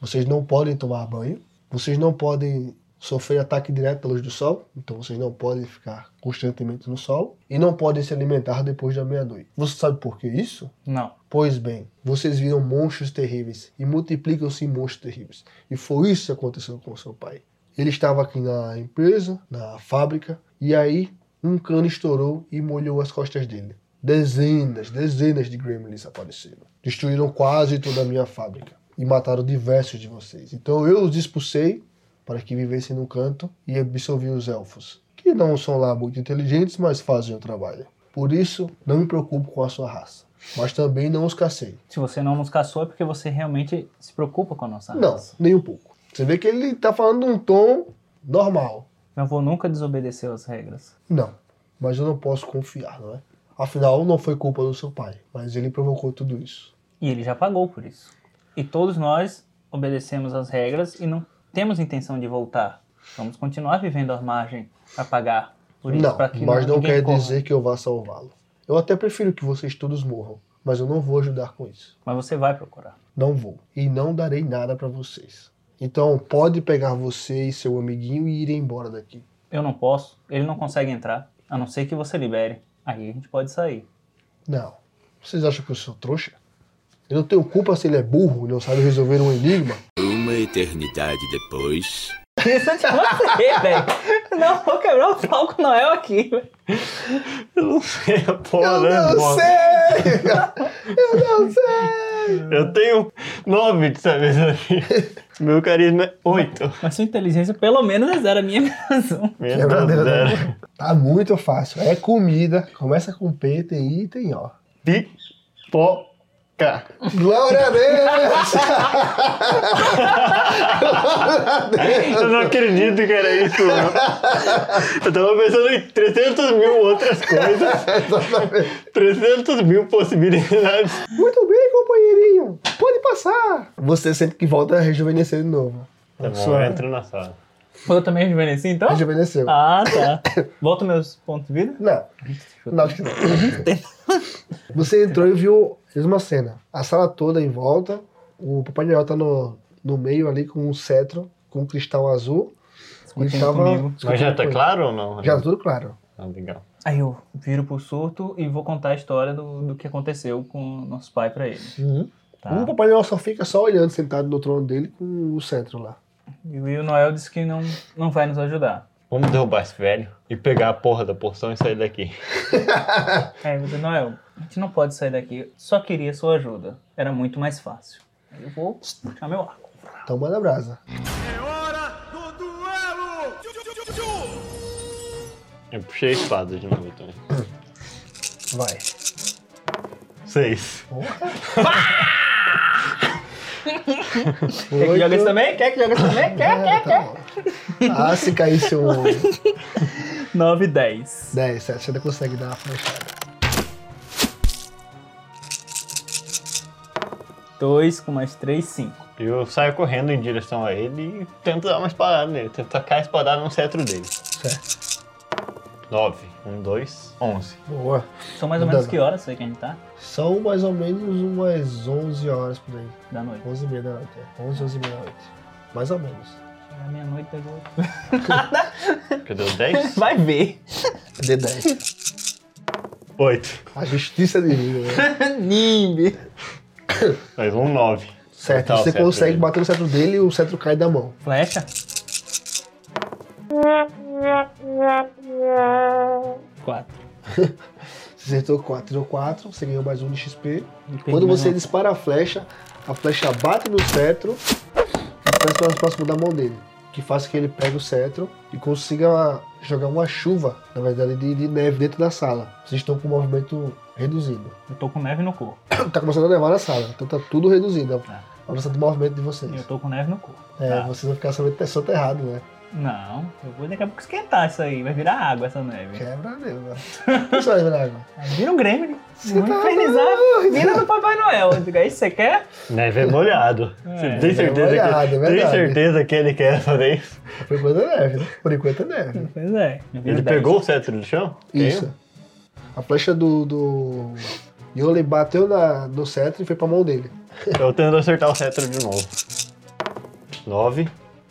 S3: Vocês não podem tomar banho, vocês não podem sofrer ataque direto da luz do sol, então vocês não podem ficar constantemente no sol e não podem se alimentar depois da meia-noite. Você sabe por que isso?
S4: Não.
S3: Pois bem, vocês viram monstros terríveis e multiplicam-se em monstros terríveis. E foi isso que aconteceu com seu pai. Ele estava aqui na empresa, na fábrica, e aí um cano estourou e molhou as costas dele. Dezenas, dezenas de gremlins apareceram. Destruíram quase toda a minha fábrica e mataram diversos de vocês. Então eu os expulsei para que vivessem num canto e absorvi os elfos, que não são lá muito inteligentes, mas fazem o trabalho. Por isso, não me preocupo com a sua raça, mas também não os cacei.
S4: Se você não nos caçou é porque você realmente se preocupa com a nossa
S3: Não,
S4: raça.
S3: nem um pouco. Você vê que ele tá falando num tom normal.
S4: Meu avô nunca desobedeceu as regras.
S3: Não, mas eu não posso confiar, não é? Afinal, não foi culpa do seu pai, mas ele provocou tudo isso.
S4: E ele já pagou por isso. E todos nós obedecemos as regras e não temos intenção de voltar. Vamos continuar vivendo à margem para pagar por isso.
S3: Não,
S4: pra que
S3: mas não
S4: ninguém
S3: quer
S4: corra.
S3: dizer que eu vá salvá-lo. Eu até prefiro que vocês todos morram, mas eu não vou ajudar com isso.
S4: Mas você vai procurar.
S3: Não vou. E não darei nada pra vocês. Então pode pegar você e seu amiguinho e ir embora daqui.
S4: Eu não posso, ele não consegue entrar, a não ser que você libere. Aí a gente pode sair.
S3: Não. Vocês acham que eu sou trouxa? Eu não tenho culpa se ele é burro e não sabe resolver um enigma.
S6: Uma eternidade depois.
S4: Isso é de você, velho. Não, vou quebrar o palco Noel aqui, velho.
S5: Porra, né, bola?
S3: sei! eu não sei!
S5: Eu tenho nove de sabedoria. Meu carisma é oito.
S4: Mas sua inteligência pelo menos é zero, a minha é menos um.
S5: Meu Deus
S3: Quebradeira
S5: do
S3: da
S5: céu.
S3: mão. Tá muito fácil. É comida. Começa com P, tem I e tem O.
S5: Pipoca.
S3: Hum. Glória a Deus!
S5: Eu não acredito que era isso, não. Eu tava pensando em 300 mil outras coisas.
S3: Exatamente.
S5: 300 mil possibilidades.
S3: Muito bem, companheirinho. Pode passar. Você sente que volta a rejuvenescer de novo.
S5: Tá bom,
S3: Suave.
S5: eu entro na sala.
S4: Eu também rejuvenesci, então?
S3: Rejuvenesceu.
S4: Ah, tá. Volta meus pontos de vida?
S3: Não. Não, acho que não. Você entrou e viu a mesma cena. A sala toda em volta. O Papai Noel tá no, no meio ali com um cetro, com um cristal azul. Ele
S4: Discutindo comigo.
S5: Mas já tá claro ou não?
S3: Já tudo claro.
S5: Tá legal.
S4: Aí eu viro pro surto e vou contar a história do, do que aconteceu com o nosso pai pra ele. Tá.
S3: O Papai Noel só fica só olhando sentado no trono dele com o cetro lá.
S4: E o Noel disse que não, não vai nos ajudar.
S5: Vamos derrubar esse velho e pegar a porra da porção e sair daqui.
S4: Aí eu disse, Noel, a gente não pode sair daqui, só queria sua ajuda. Era muito mais fácil. Aí eu vou puxar meu arco.
S3: Então manda brasa.
S5: Eu puxei a espada de novo então. também.
S3: Vai.
S5: Seis.
S4: Quer É que jogue isso
S3: Oito. Tá
S4: também? Quer que jogue isso também? Quer, quer, quer.
S3: Ah, se caísse um
S4: 9 e 10.
S3: 10, 7, você ainda consegue dar uma flechada.
S4: 2 com mais 3, 5.
S5: E eu saio correndo em direção a ele e tento dar uma espadada nele. Tento tacar a espadada no cetro dele.
S3: Certo.
S5: Nove. Um, dois, onze.
S3: Boa.
S4: São mais ou
S3: Não
S4: menos
S3: dá,
S4: que horas aí que a gente tá?
S3: São mais ou menos umas 11 horas por aí.
S4: Da noite.
S3: 11 e meia da noite. é. 11, 11 e meia da noite. Mais ou menos.
S4: Chegar meia-noite, eu vou...
S5: Cadê o dez?
S4: é Vai ver.
S3: D10.
S5: Oito.
S3: A justiça divina, né?
S4: Nimbe.
S5: Mais um nove.
S3: Certo,
S5: Total
S3: você
S5: cetro
S3: consegue
S5: dele.
S3: bater no cetro dele e o cetro cai da mão.
S4: Flecha? Quatro.
S3: Você acertou 4 no 4, você ganhou mais um de XP.
S4: Não tem
S3: Quando
S4: mais
S3: você
S4: nada.
S3: dispara a flecha, a flecha bate no cetro e passa mais próximo da mão dele. Que faz que ele pegue o cetro e consiga jogar uma chuva, na verdade, de, de neve dentro da sala. Vocês estão com o movimento reduzido.
S4: Eu tô com neve no corpo.
S3: Tá começando a nevar na sala, então tá tudo reduzido. A
S4: Tá.
S3: a velocidade do movimento de vocês.
S4: Eu tô com neve no corpo.
S3: É,
S4: Tá.
S3: vocês vão ficar sabendo que só tá errado, né?
S4: Não, eu vou daqui a pouco esquentar isso aí. Vai virar água essa neve.
S3: Quebra Deus, né? Isso aí, Drago.
S4: Aí Vira um Grêmio. Vamos
S3: tá
S4: infernizar. Vira do Papai Noel. Eu digo, É isso que você quer?
S5: Neve é molhado. Você tem certeza,
S3: molhado, é
S5: que, tem
S3: verdade.
S5: certeza que ele quer fazer isso?
S3: Por enquanto é neve, né? Por enquanto é neve.
S4: Pois é.
S5: Ele pegou o cetro do chão?
S3: Isso. A flecha do. do... Yoli bateu na, no cetro e foi pra mão dele.
S5: Eu tento acertar o cetro de novo. Nove.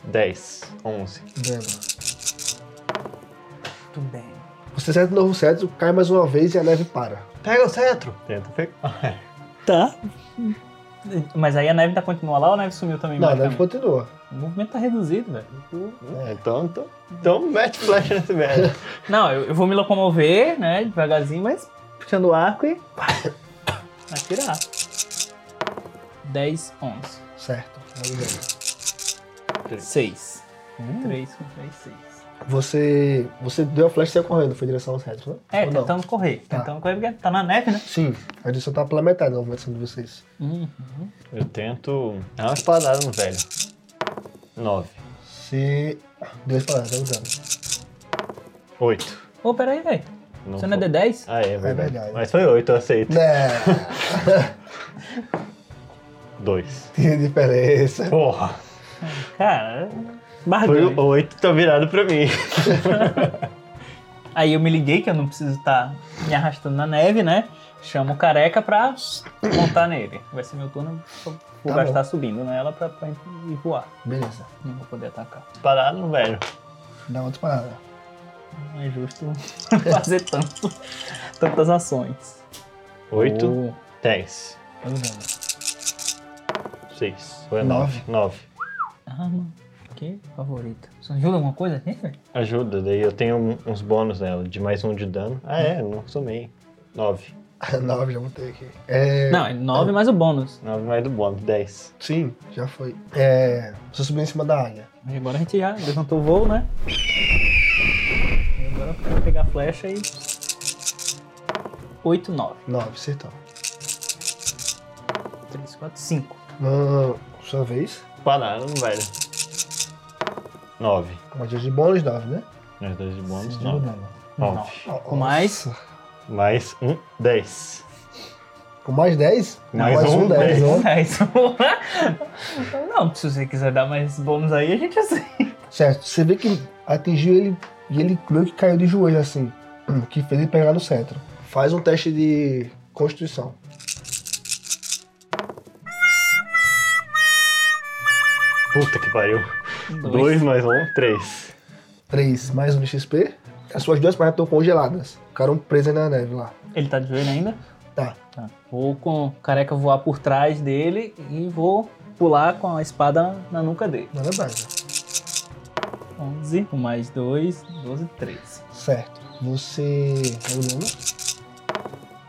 S5: 10, 11.
S4: Muito bem.
S3: Você acerta o novo cetro, cai mais uma vez e a neve para.
S5: Pega o cetro! Tenta pegar.
S3: Ah, é.
S4: Tá. Mas aí a neve ainda continua lá ou a neve sumiu também?
S3: Não, a neve
S4: magicamente?
S3: continua.
S4: O movimento tá reduzido, velho.
S5: É, então, então, então mete flecha nesse velho.
S4: Não, eu, eu vou me locomover, né, devagarzinho, mas puxando o arco e pá, atirar. 10, 11,
S3: Certo. Vamos ver.
S4: 6.
S3: Hum.
S4: 3 com 3, 6.
S3: Você, você deu a flecha e saiu correndo, foi em direção aos retros, né?
S4: É,
S3: Ou não?
S4: tentando correr.
S3: Tá.
S4: Tentando correr porque tá na neve, né?
S3: Sim, a direção tá pela metade da movimentação de vocês.
S5: Eu tento dar uma espadada no velho. 9,
S3: Se. Duas palavras, tá usando.
S5: 8.
S4: Ô, peraí, velho.
S5: Não
S4: Você não é
S5: foi.
S4: D10?
S5: Ah, é verdade.
S3: verdade.
S5: Mas foi 8, eu aceito.
S3: Né?
S5: 2.
S3: Que diferença.
S5: Porra!
S4: Cara, barulho.
S5: Foi o 8 tá virado pra mim.
S4: Aí eu me liguei que eu não preciso estar me arrastando na neve, né? Chamo o careca pra montar nele. Vai ser meu turno, eu vou
S3: Tá
S4: gastar subindo nela pra, pra ir voar.
S3: Beleza.
S4: Não vou poder atacar.
S5: Parado no velho.
S3: Dá outra parada.
S4: Não é justo fazer tanto, tantas ações. é,
S5: 8,
S4: Oh,
S5: 10,
S3: Tá
S4: né?
S3: usando.
S5: 6. Foi
S3: Nove.
S5: 9. 9.
S4: arma Ah, que favorita. Você ajuda alguma coisa aqui, velho?
S5: Ajuda, daí eu tenho um- uns bônus nela, de mais um de dano. Ah, é, não somei. 9.
S3: Nove, já botei aqui. É.
S4: Não, é 9 mais o bônus.
S5: 9 mais do bônus, 10.
S3: Sim, já foi. É. Você subiu em cima da águia.
S4: Aí agora a gente já levantou o voo, né? E agora eu vou pegar a flecha e. 8, 9.
S3: Nove, acertou.
S4: 3, 4, 5.
S3: Hum, sua vez.
S5: Parado no velho. 9.
S3: Uma dia de bônus, nove, né?
S5: Mais 2 de bônus,
S3: De
S5: 9.
S3: dano.
S5: 9.
S3: Ó, ó.
S4: Com mais.
S5: Mais um 10.
S3: Com mais 10?
S5: Mais um,
S3: dez,
S5: dez.
S3: né?
S4: É, isso. né? Então, Não, se você quiser dar mais bônus aí, a gente aceita.
S3: Certo, você vê que atingiu ele e ele meio que caiu de joelho assim, que fez ele pegar no centro. Faz um teste de constituição.
S5: Puta que pariu.
S4: Dois.
S5: 2 mais 1, 3.
S3: 3 mais um de XP. As suas duas pernas estão congeladas. Ficaram presas na neve lá.
S4: Ele tá de joelho ainda?
S3: Tá.
S4: Tá. Vou com o careca voar por trás dele e vou pular com a espada na nuca dele.
S3: Na verdade.
S4: 11, com mais 2, 12, 13.
S3: Certo. Você. é o nono?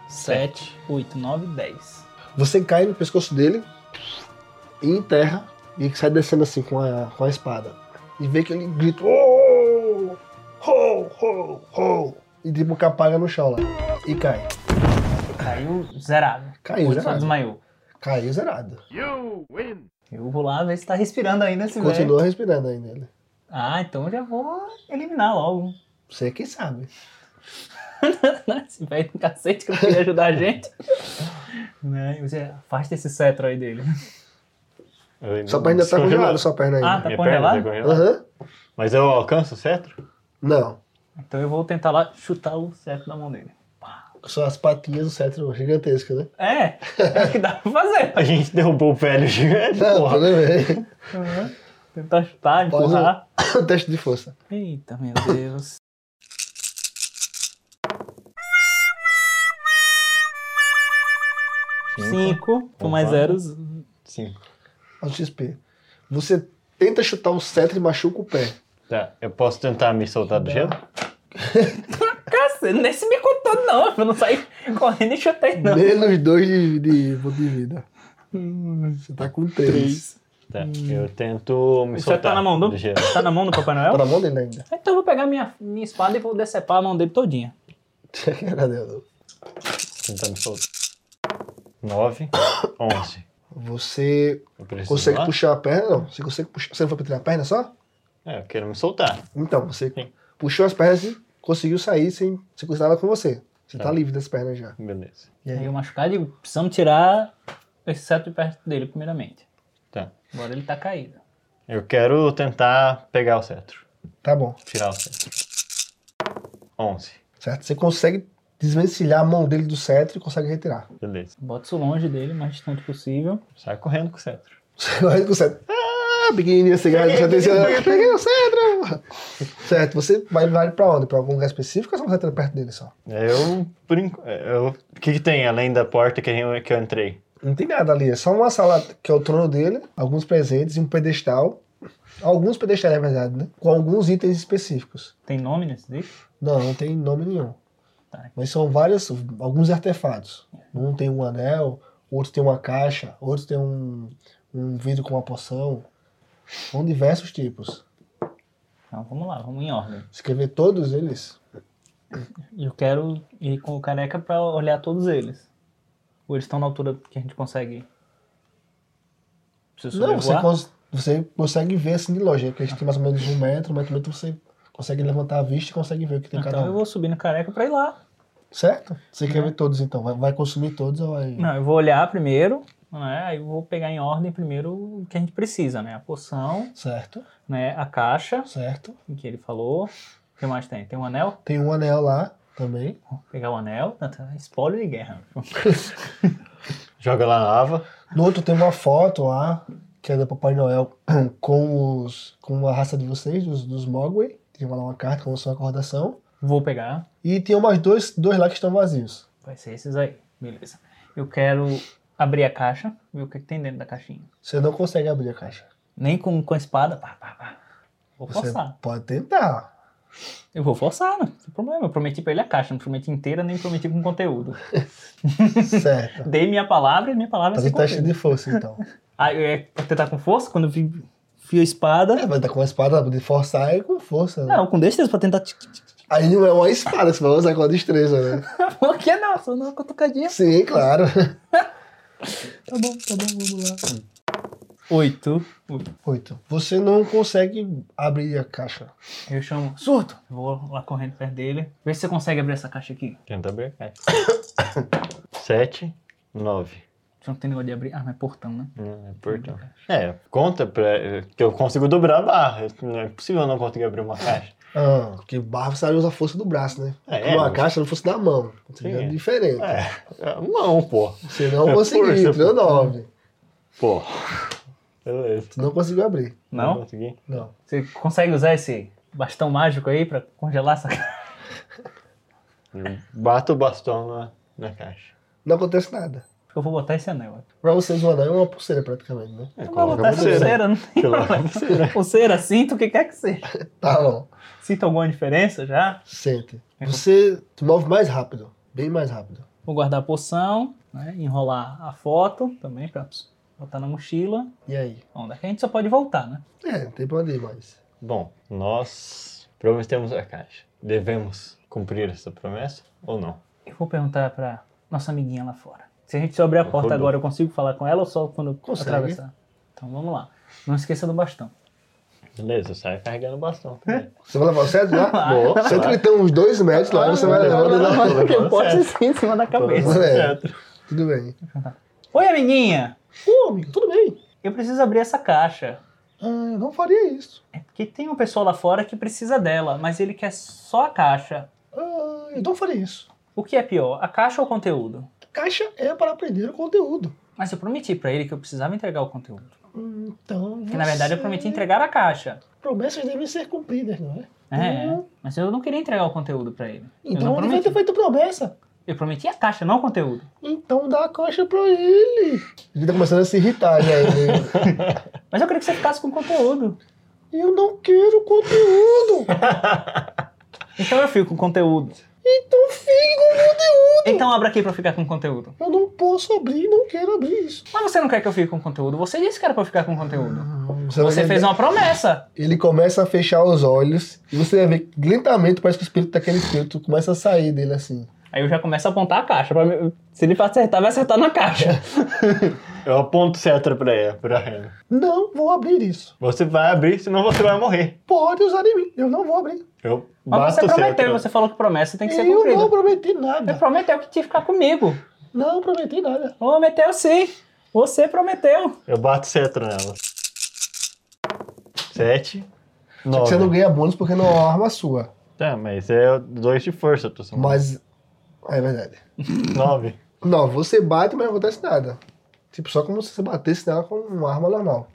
S4: 7, 8, 9, 10.
S3: Você cai no pescoço dele e enterra e sai descendo assim com a, com a espada. E vê que ele grita. Oh! Oh! Oh! Oh! E tipo, que apaga no chão lá. E cai.
S4: Caiu zerado.
S3: Caiu
S4: Ou Só
S3: zerado.
S4: desmaiou.
S3: Caiu zerado.
S4: Eu vou lá ver se tá respirando ainda esse velho.
S3: Continua respirando ainda ele.
S4: Ah, então eu já vou eliminar logo.
S3: Você é quem sabe.
S4: esse velho do cacete que não queria ajudar a gente. né? e Você afasta esse cetro aí dele.
S3: Sua perna ainda tá congelada, sua perna
S4: Ah,
S3: ainda.
S4: tá
S5: Minha perna tá
S4: congelado?
S5: congelada.
S3: Aham.
S5: Mas eu alcanço o cetro?
S3: Não.
S4: Então eu vou tentar lá chutar o cetro na mão dele.
S3: São as patinhas do cetro gigantesca, né?
S4: É, é o que dá pra fazer.
S5: A gente derrubou o velho gigante,
S3: Não,
S5: porra.
S3: tudo bem.
S4: Tentar chutar,
S3: Pode-
S4: empurrar.
S3: Teste de força.
S4: Eita, meu Deus. Cinco, com mais
S5: Opa.
S4: zeros.
S5: Cinco.
S3: Ao XP. Você tenta chutar o cetro e machuca o pé.
S5: Tá, eu posso tentar me soltar do gelo? Tá.
S4: Cacete, nem se me contou, não. Eu não saí correndo e chutei, não.
S3: Menos dois de, de, ponto de vida. Você tá com três.
S5: Tá, eu tento me
S4: Você
S5: soltar
S4: Hum. tá na mão do?
S5: do gelo.
S4: Tá na mão do
S3: Tá
S4: Papai Noel?
S3: na mão dele ainda.
S4: Então eu vou pegar minha, minha espada e vou decepar a mão dele todinha.
S3: Cadê o-
S5: Tentar me soltar. tá Nove, onze.
S3: Você
S5: Eu preciso
S3: consegue
S5: lá?
S3: puxar a perna? Não. Você consegue puxar. Você não foi pra tirar a perna só?
S5: É, eu quero me soltar.
S3: Então, você
S5: Sim.
S3: puxou as pernas e conseguiu sair sem se custar nada com você. Você tá.
S5: Tá.
S3: livre das pernas já.
S5: Beleza.
S3: E
S4: Aí
S3: aí?
S4: eu machucar, digo, precisamos tirar esse cetro de perto dele, primeiramente.
S5: Tá.
S4: Agora ele tá caído.
S5: Eu quero tentar pegar o cetro.
S3: Tá bom.
S5: Tirar o cetro. Onze.
S3: Certo? Você consegue desvencilhar a mão dele do cetro e consegue retirar.
S5: Beleza.
S4: Boto isso longe dele, o mais distante possível.
S5: Sai correndo com o cetro.
S3: Você vai com o cetro. Ah, pequenininha, você ganha essa atenção. Peguei o cedro! Certo, você vai, vai pra onde? Pra algum lugar específico ou só você entra perto dele só?
S5: Eu, por enquanto. eu- O que, que tem além da porta que eu, que eu entrei?
S3: Não tem nada ali, é só uma sala que é o trono dele, alguns presentes e um pedestal. Alguns pedestais, na verdade, né? Com alguns itens específicos.
S4: Tem nome nesse disco?
S3: Não, não tem nome nenhum.
S4: Tá.
S3: Mas são vários, alguns artefatos. Um tem um anel, outro tem uma caixa, outro tem um, um vidro com uma poção. São diversos tipos.
S4: Então vamos lá, vamos em ordem.
S3: Escrever todos eles?
S4: E eu quero ir com o careca pra olhar todos eles. Ou eles estão na altura que a gente consegue. Preciso
S3: Não, você,
S4: sobrevoar?
S3: cons- você consegue ver assim de longe, né? porque a gente tem mais ou menos um metro, um metro, e meio, você consegue levantar a vista e consegue ver o que tem cada
S4: Então
S3: um.
S4: eu vou subir no careca pra ir lá.
S3: Certo? Você quer ver todos então? Vai, vai consumir todos ou vai.
S4: Né? Não, eu vou olhar primeiro, né? Aí eu vou pegar em ordem primeiro o que a gente precisa, né? A poção,
S3: Certo,
S4: né? A caixa,
S3: certo.
S4: que ele falou. O que mais tem? Tem um anel?
S3: Tem um anel lá também.
S4: Vou pegar o anel. Não, tá- Spoiler de guerra.
S5: Joga lá na lava.
S3: No outro tem uma foto lá, que é do Papai Noel com os. com a raça de vocês, dos, dos Mogwai. Tem lá uma carta com a sua recordação.
S4: Vou pegar.
S3: E tem mais dois, dois lá que estão vazios.
S4: Vai ser esses aí. Beleza. Eu quero abrir a caixa, ver o que, que tem dentro da caixinha.
S3: Você não consegue abrir a caixa.
S4: Nem com, com a espada. Pá, pá, pá. Vou
S3: Você
S4: forçar.
S3: pode tentar.
S4: Eu vou forçar, não tem problema. Eu prometi pra ele a caixa, não prometi inteira, nem prometi com conteúdo.
S3: Certo.
S4: Dei minha palavra e minha palavra é
S3: Faz
S4: sem
S3: um teste
S4: conteúdo.
S3: de força então.
S4: Ah, eu ia tentar com força quando eu vi, vi a espada.
S3: É, vai dar com a espada de forçar e com força. Né?
S4: Não, com destreza pra tentar. tic, tic, tic.
S3: Aí não é uma espada, você vai usar com a destreza, né?
S4: Por que não? Só não cutucadinha.
S3: Sim, claro.
S4: Tá bom, tá bom, vamos lá. Oito.
S3: Oito. Você não consegue abrir a caixa.
S4: Eu chamo. Surto! Vou lá correndo perto dele. Vê se você consegue abrir essa caixa aqui.
S5: Tenta abrir. É. Sete, nove.
S4: Você não tem negócio de abrir. Ah, mas é portão, né?
S5: Hum, É, portão. É, conta pra, que eu consigo dobrar a barra. Não é possível eu não conseguir abrir uma caixa.
S3: Ah, porque barra você usa a força do braço, né?
S5: É,
S3: Com
S5: é,
S3: a
S5: mas-
S3: caixa não fosse na mão. Seria
S5: Sim.
S3: diferente.
S5: É, é, não, pô.
S3: Você não
S5: É
S3: conseguiu,
S5: força,
S3: tirou
S5: pô.
S3: nove.
S5: Pô. Beleza.
S3: Você não conseguiu abrir.
S4: Não?
S5: Consegui.
S3: Não.
S4: Você consegue usar esse bastão mágico aí pra congelar essa caixa?
S5: Bato o bastão na, na caixa.
S3: Não acontece nada.
S4: Eu vou botar esse anel.
S3: Pra vocês, o anel é uma pulseira praticamente, né?
S5: É,
S4: Eu vou
S5: coloca
S4: botar
S5: a
S4: essa
S5: pulseira.
S4: pulseira, tá não tem
S5: Coloca a
S4: problema. Pulseira, cinto, o que quer que seja.
S3: Tá bom.
S4: Sinto alguma diferença já?
S3: Sente. Você te move mais rápido. Bem mais rápido.
S4: Vou guardar a poção, né? enrolar a foto também pra botar na mochila.
S3: E aí?
S4: Bom, daqui a gente só pode voltar, né?
S3: É, não tem pra onde ir mais.
S5: Bom, nós prometemos a caixa. Devemos cumprir essa promessa ou não?
S4: Eu vou perguntar pra nossa amiguinha lá fora. Se a gente só abrir a porta
S5: Rodou.
S4: agora, eu consigo falar com ela ou só quando eu
S3: Consegue.
S4: atravessar? Então vamos lá. Não esqueça do bastão.
S5: Beleza, sai carregando o bastão também.
S3: Você vai levar o cedro lá?
S5: Boa.
S3: Você tem uns dois metros lá, você vai levar ele lá.
S5: levando,
S4: Eu posso
S5: certo.
S4: assim em cima da cabeça.
S3: É, tudo bem.
S4: Oi, amiguinha!
S3: Ô, amigo, tudo bem.
S4: Eu preciso abrir essa caixa.
S3: Ah, eu não faria isso.
S4: É porque tem uma pessoa lá fora que precisa dela, mas ele quer só a caixa.
S3: Ah, eu não faria isso.
S4: O que é pior, a caixa ou o conteúdo?
S3: Caixa é para aprender o conteúdo.
S4: Mas eu prometi pra ele que eu precisava entregar o conteúdo.
S3: Hum, Então.
S4: Que na verdade eu
S3: você-
S4: prometi entregar a caixa.
S3: Promessas devem ser cumpridas, não é?
S4: É,
S3: Hum.
S4: mas eu não queria entregar o conteúdo pra ele. eu
S3: Então
S4: não
S3: ele vai
S4: prometi.
S3: ter feito promessa.
S4: Eu prometi a caixa, não o conteúdo.
S3: Então dá a caixa pra ele. Ele tá começando a se irritar já. né?
S4: Mas eu queria que você ficasse com o conteúdo.
S3: eu não quero conteúdo.
S4: Então eu fico com o conteúdo.
S3: Então fique com conteúdo.
S4: Então abra aqui pra eu ficar com o conteúdo.
S3: Eu não posso abrir, não quero abrir isso.
S4: Mas você não quer que eu fique com o conteúdo. Você disse que era pra eu ficar com o conteúdo.
S3: Você, vai
S4: Você
S3: ver-
S4: fez uma promessa.
S3: Ele começa a fechar os olhos e você vai ver que lentamente parece que o espírito daquele espírito começa a sair dele assim.
S4: Aí eu já começo a apontar a caixa. pra mim- Se ele for acertar, vai acertar na caixa.
S5: Eu aponto o cetro pra ele, pra ele.
S3: Não vou abrir isso.
S5: Você vai abrir, senão você vai morrer.
S3: Pode usar em mim. Eu não vou abrir.
S5: Eu
S4: Mas
S5: bato
S4: você
S5: o
S4: prometeu,
S5: cetro.
S4: você falou que promessa tem que ser
S3: eu não
S4: cumprida.
S3: prometi
S4: Você
S3: nada.
S4: prometeu que tinha que ficar comigo.
S3: Não prometi nada.
S4: Prometeu sim. Você prometeu.
S5: Eu bato o cetro nela. Sete,
S3: Só que
S5: nove.
S3: você não ganha bônus porque não é uma arma sua.
S5: Tá, mas é dois de força, tu são
S3: Mas. É verdade.
S5: nove.
S3: Não, você bate, mas não acontece nada. Tipo, só como se você batesse nela com uma arma normal.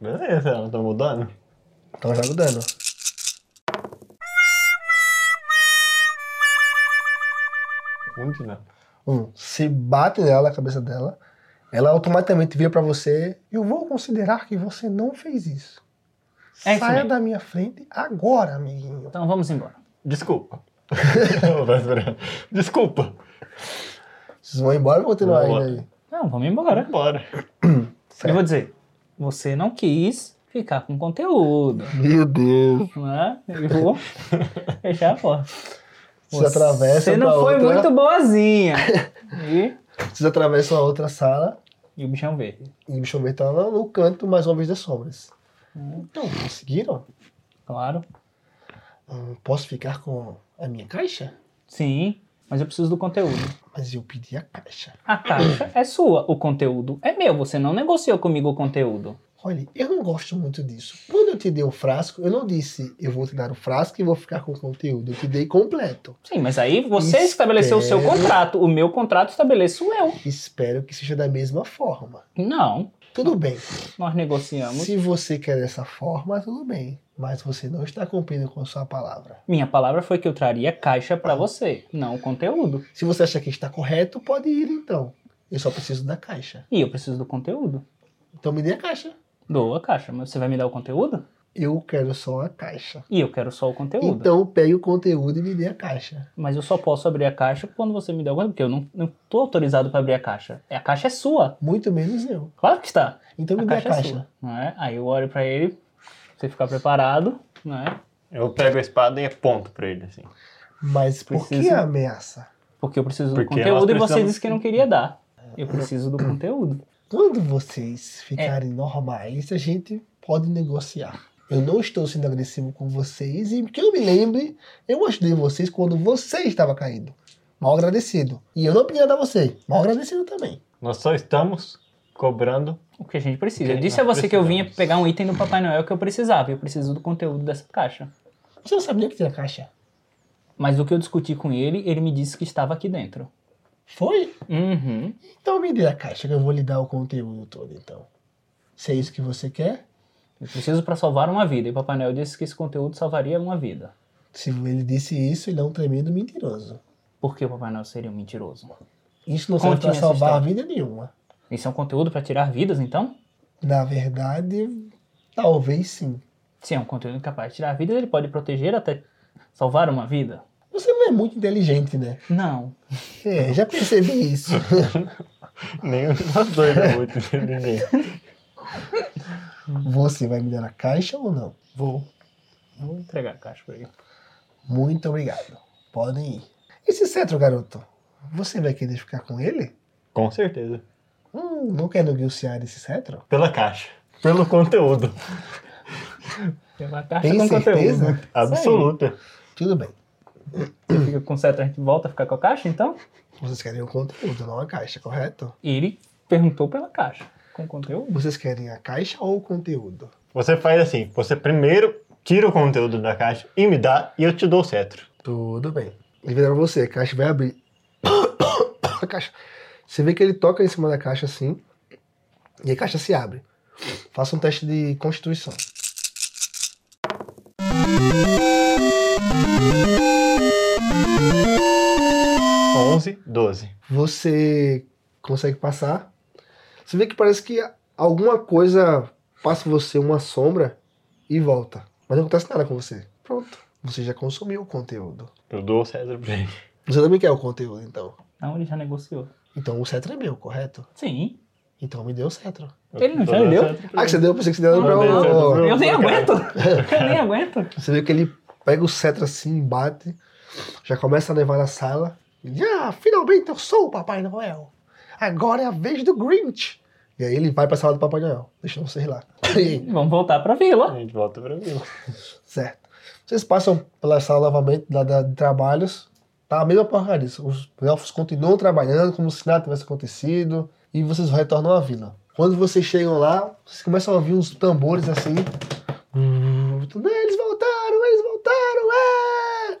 S5: Beleza, ela tá mudando.
S3: Então joga o dano.
S5: Muito não.
S3: Um, se bate nela, a cabeça dela, ela automaticamente vira pra você. Eu vou considerar que você não fez isso.
S4: É isso
S3: Saia
S4: mesmo.
S3: da minha frente agora, amiguinho.
S4: Então vamos embora.
S5: Desculpa. Desculpa.
S3: Vocês vão embora ou vão continuar
S5: Vamos
S3: ainda
S5: lá.
S3: aí?
S4: Não, vamos embora.
S5: Bora.
S4: Eu vou dizer, você não quis ficar com conteúdo,
S3: Meu Deus.
S4: né? Eu vou fechar a porta.
S3: Vocês atravessam
S4: Você não
S3: pra
S4: foi
S3: outra,
S4: muito boazinha. E,
S3: Vocês atravessam a outra sala
S4: e o bichão verde.
S3: e o bicho verde tá lá no canto mais uma vez das sombras. Então, conseguiram?
S4: Claro.
S3: Hum, posso ficar com a minha caixa?
S4: Sim, mas eu preciso do conteúdo.
S3: Mas eu pedi a caixa.
S4: A caixa é sua, o conteúdo é meu. Você não negociou comigo o conteúdo.
S3: Olha, eu não gosto muito disso. Quando eu te dei o frasco, eu não disse eu vou te dar o frasco e vou ficar com o conteúdo. Eu te dei completo.
S4: Sim, mas aí você
S3: Espero.
S4: estabeleceu o seu contrato. O meu contrato estabeleço eu.
S3: Espero que seja da mesma forma.
S4: Não,
S3: Tudo bem.
S4: nós negociamos.
S3: Se você quer dessa forma, tudo bem. Mas você não está cumprindo com a sua palavra.
S4: Minha palavra foi que eu traria caixa pra você, não o conteúdo.
S3: Se você achar que está correto, pode ir então. Eu só preciso da caixa.
S4: E eu preciso do conteúdo.
S3: Então me dê a caixa.
S4: Dou a caixa, mas você vai me dar o conteúdo?
S3: Eu quero só a caixa.
S4: E eu quero só o conteúdo.
S3: Então pegue o conteúdo e me dê a caixa.
S4: Mas eu só posso abrir a caixa quando você me der o conteúdo, porque eu não, não tô autorizado pra abrir a caixa. A caixa é sua.
S3: Muito menos eu.
S4: Claro que está.
S3: Então me
S4: A
S3: dê
S4: caixa,
S3: a
S4: é
S3: caixa.
S4: sua. né? Aí eu olho pra ele, pra você ficar preparado, né?
S5: Eu pego a espada e aponto pra ele, assim.
S3: Mas por que
S4: Precisa.
S3: a ameaça?
S4: Porque eu preciso do
S5: Porque nós
S4: conteúdo e você
S5: precisamos-
S4: disse que não queria dar. Eu preciso do conteúdo.
S3: Quando vocês ficarem
S4: É.
S3: normais, a gente pode negociar. Eu não estou sendo agressivo com vocês e que eu me lembre, eu ajudei vocês quando você estava caído. Mal agradecido. E eu não pedi nada a você. Mal agradecido também.
S5: Nós só estamos cobrando.
S4: O que a gente precisa. Eu
S5: Ok,
S4: disse a
S5: nós
S4: você que eu vinha
S5: precisamos.
S4: pegar um item do Papai Noel que eu precisava. e Eu preciso do conteúdo dessa caixa.
S3: Você não sabia que tinha caixa?
S4: Mas o que eu discuti com ele, ele me disse que estava aqui dentro.
S3: Foi?
S4: Uhum.
S3: Então me dê a caixa que eu vou lhe dar o conteúdo todo, então. Se é isso que você quer,
S4: Eu preciso pra salvar uma vida. E Papai Noel disse que esse conteúdo salvaria uma vida.
S3: se ele disse isso, ele é um tremendo mentiroso.
S4: Por que o Papai Noel seria um mentiroso?
S3: Isso não serve
S4: Conte
S3: para
S4: essa
S3: salvar a vida nenhuma.
S4: Isso é um conteúdo pra tirar vidas, então?
S3: Na verdade, talvez sim.
S4: Se é um conteúdo capaz de tirar vidas, ele pode proteger até salvar uma vida?
S3: Você não é muito inteligente, né?
S4: Não.
S3: É, já percebi isso.
S5: Nenhum de nós dois é muito inteligente.
S3: Você vai me dar a caixa ou não?
S4: Vou. Vou entregar a caixa pra ele.
S3: Muito obrigado. Podem ir. Esse cetro, garoto, você vai querer ficar com ele?
S5: Com certeza.
S3: Hum, não quer negociar esse cetro?
S5: Pela caixa. Pelo conteúdo.
S4: Levar a caixa
S3: Tem
S4: com
S3: certeza?
S4: conteúdo. né?
S5: Absoluta.
S3: Tudo bem.
S4: Você fica com o cetro, a gente volta a ficar com a caixa, então?
S3: Vocês querem o conteúdo, não a caixa, correto?
S4: E ele perguntou pela caixa. Com conteúdo?
S3: Vocês querem a caixa ou o conteúdo?
S5: Você faz assim. Você primeiro tira o conteúdo da caixa e me dá e eu te dou o cetro.
S3: Tudo bem. Ele vira pra você, a caixa vai abrir. A caixa. Você vê que ele toca em cima da caixa assim. E a caixa se abre. Faça um teste de constituição.
S5: Com 11, 12.
S3: Você consegue passar. Você vê que parece que alguma coisa passa em você, uma sombra, e volta. Mas não acontece nada com você. Pronto. Você já consumiu o conteúdo.
S5: Eu dou o cetro pra ele.
S3: Você também quer o conteúdo, então.
S4: Não, ele já negociou.
S3: Então o cetro é meu, correto?
S4: Sim.
S3: então me deu o cetro.
S4: Ele não
S5: Eu
S4: já
S5: dou o
S4: deu?
S5: cetro pra
S3: Ah, que você deu, pensei que você deu
S4: Não,
S3: pra
S5: dei o cetro
S3: o...
S5: pro
S4: Eu nem
S5: Cara.
S4: aguento. Eu nem aguento.
S3: Você vê que ele pega o cetro assim, bate, já começa a nevar na sala. Ele, ah, finalmente eu sou o Papai Noel. Agora é a vez do Grinch. E aí ele vai pra sala do Papai Noel, deixando vocês lá. E,
S4: Vamos voltar pra vila.
S5: A gente volta pra mim.
S3: certo. Vocês passam pela sala novamente da, da- de trabalhos. Tá a mesma porcaria. Os elfos continuam trabalhando como se nada tivesse acontecido. E vocês retornam à vila. Quando vocês chegam lá, vocês começam a ouvir uns tambores assim. Hum, Eles voltaram, eles voltaram, é!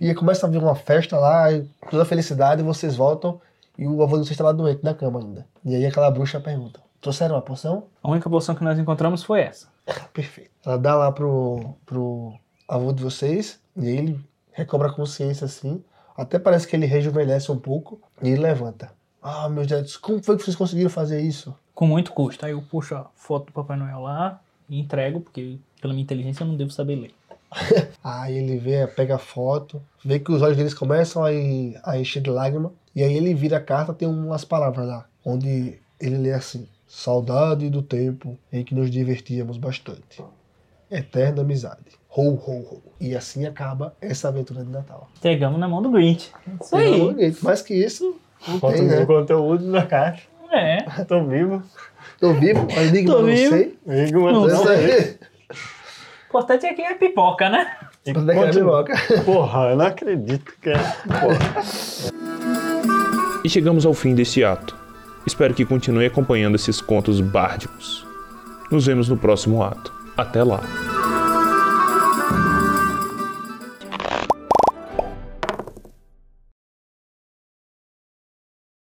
S3: E começa a vir uma festa lá, e tá toda felicidade, vocês voltam e o avô de vocês está lá doente na cama ainda. E aí aquela bruxa pergunta: Trouxeram a poção?
S4: A única poção que nós encontramos foi essa.
S3: Perfeito. Ela dá lá pro, pro avô de vocês e ele recobra a consciência assim. Até parece que ele rejuvenesce um pouco e ele levanta. Ah, meus dedos, como foi que vocês conseguiram fazer isso?
S4: Com muito custo. Aí eu puxo a foto do Papai Noel lá e entrego, porque pela minha inteligência eu não devo saber ler.
S3: Aí ele vê, pega a foto, vê que os olhos deles começam a, en- a encher de lágrima. E aí ele vira a carta, tem umas palavras lá, onde ele lê assim: Saudade do tempo em que nos divertíamos bastante. Eterna amizade. Ho, ho, ho. E assim acaba essa aventura de Natal.
S4: Entregamos na mão do Grinch. Isso aí.
S3: um Mais que isso, não
S5: Bota
S3: tem, né?
S5: o conteúdo na caixa.
S4: É.
S5: Tô vivo.
S3: Tô vivo, mas ligue
S4: Tô
S3: pra não
S4: vivo.
S3: sei. é
S5: Enigma não.
S3: Essa aí.
S4: O importante é que é pipoca, né?
S5: E
S3: Pra dar
S5: continua.
S3: piroca.
S5: Porra, eu não acredito, é. cara. Porra.
S1: E chegamos ao fim desse ato. Espero que continue acompanhando esses contos bárdicos. Nos vemos no próximo ato. Até lá!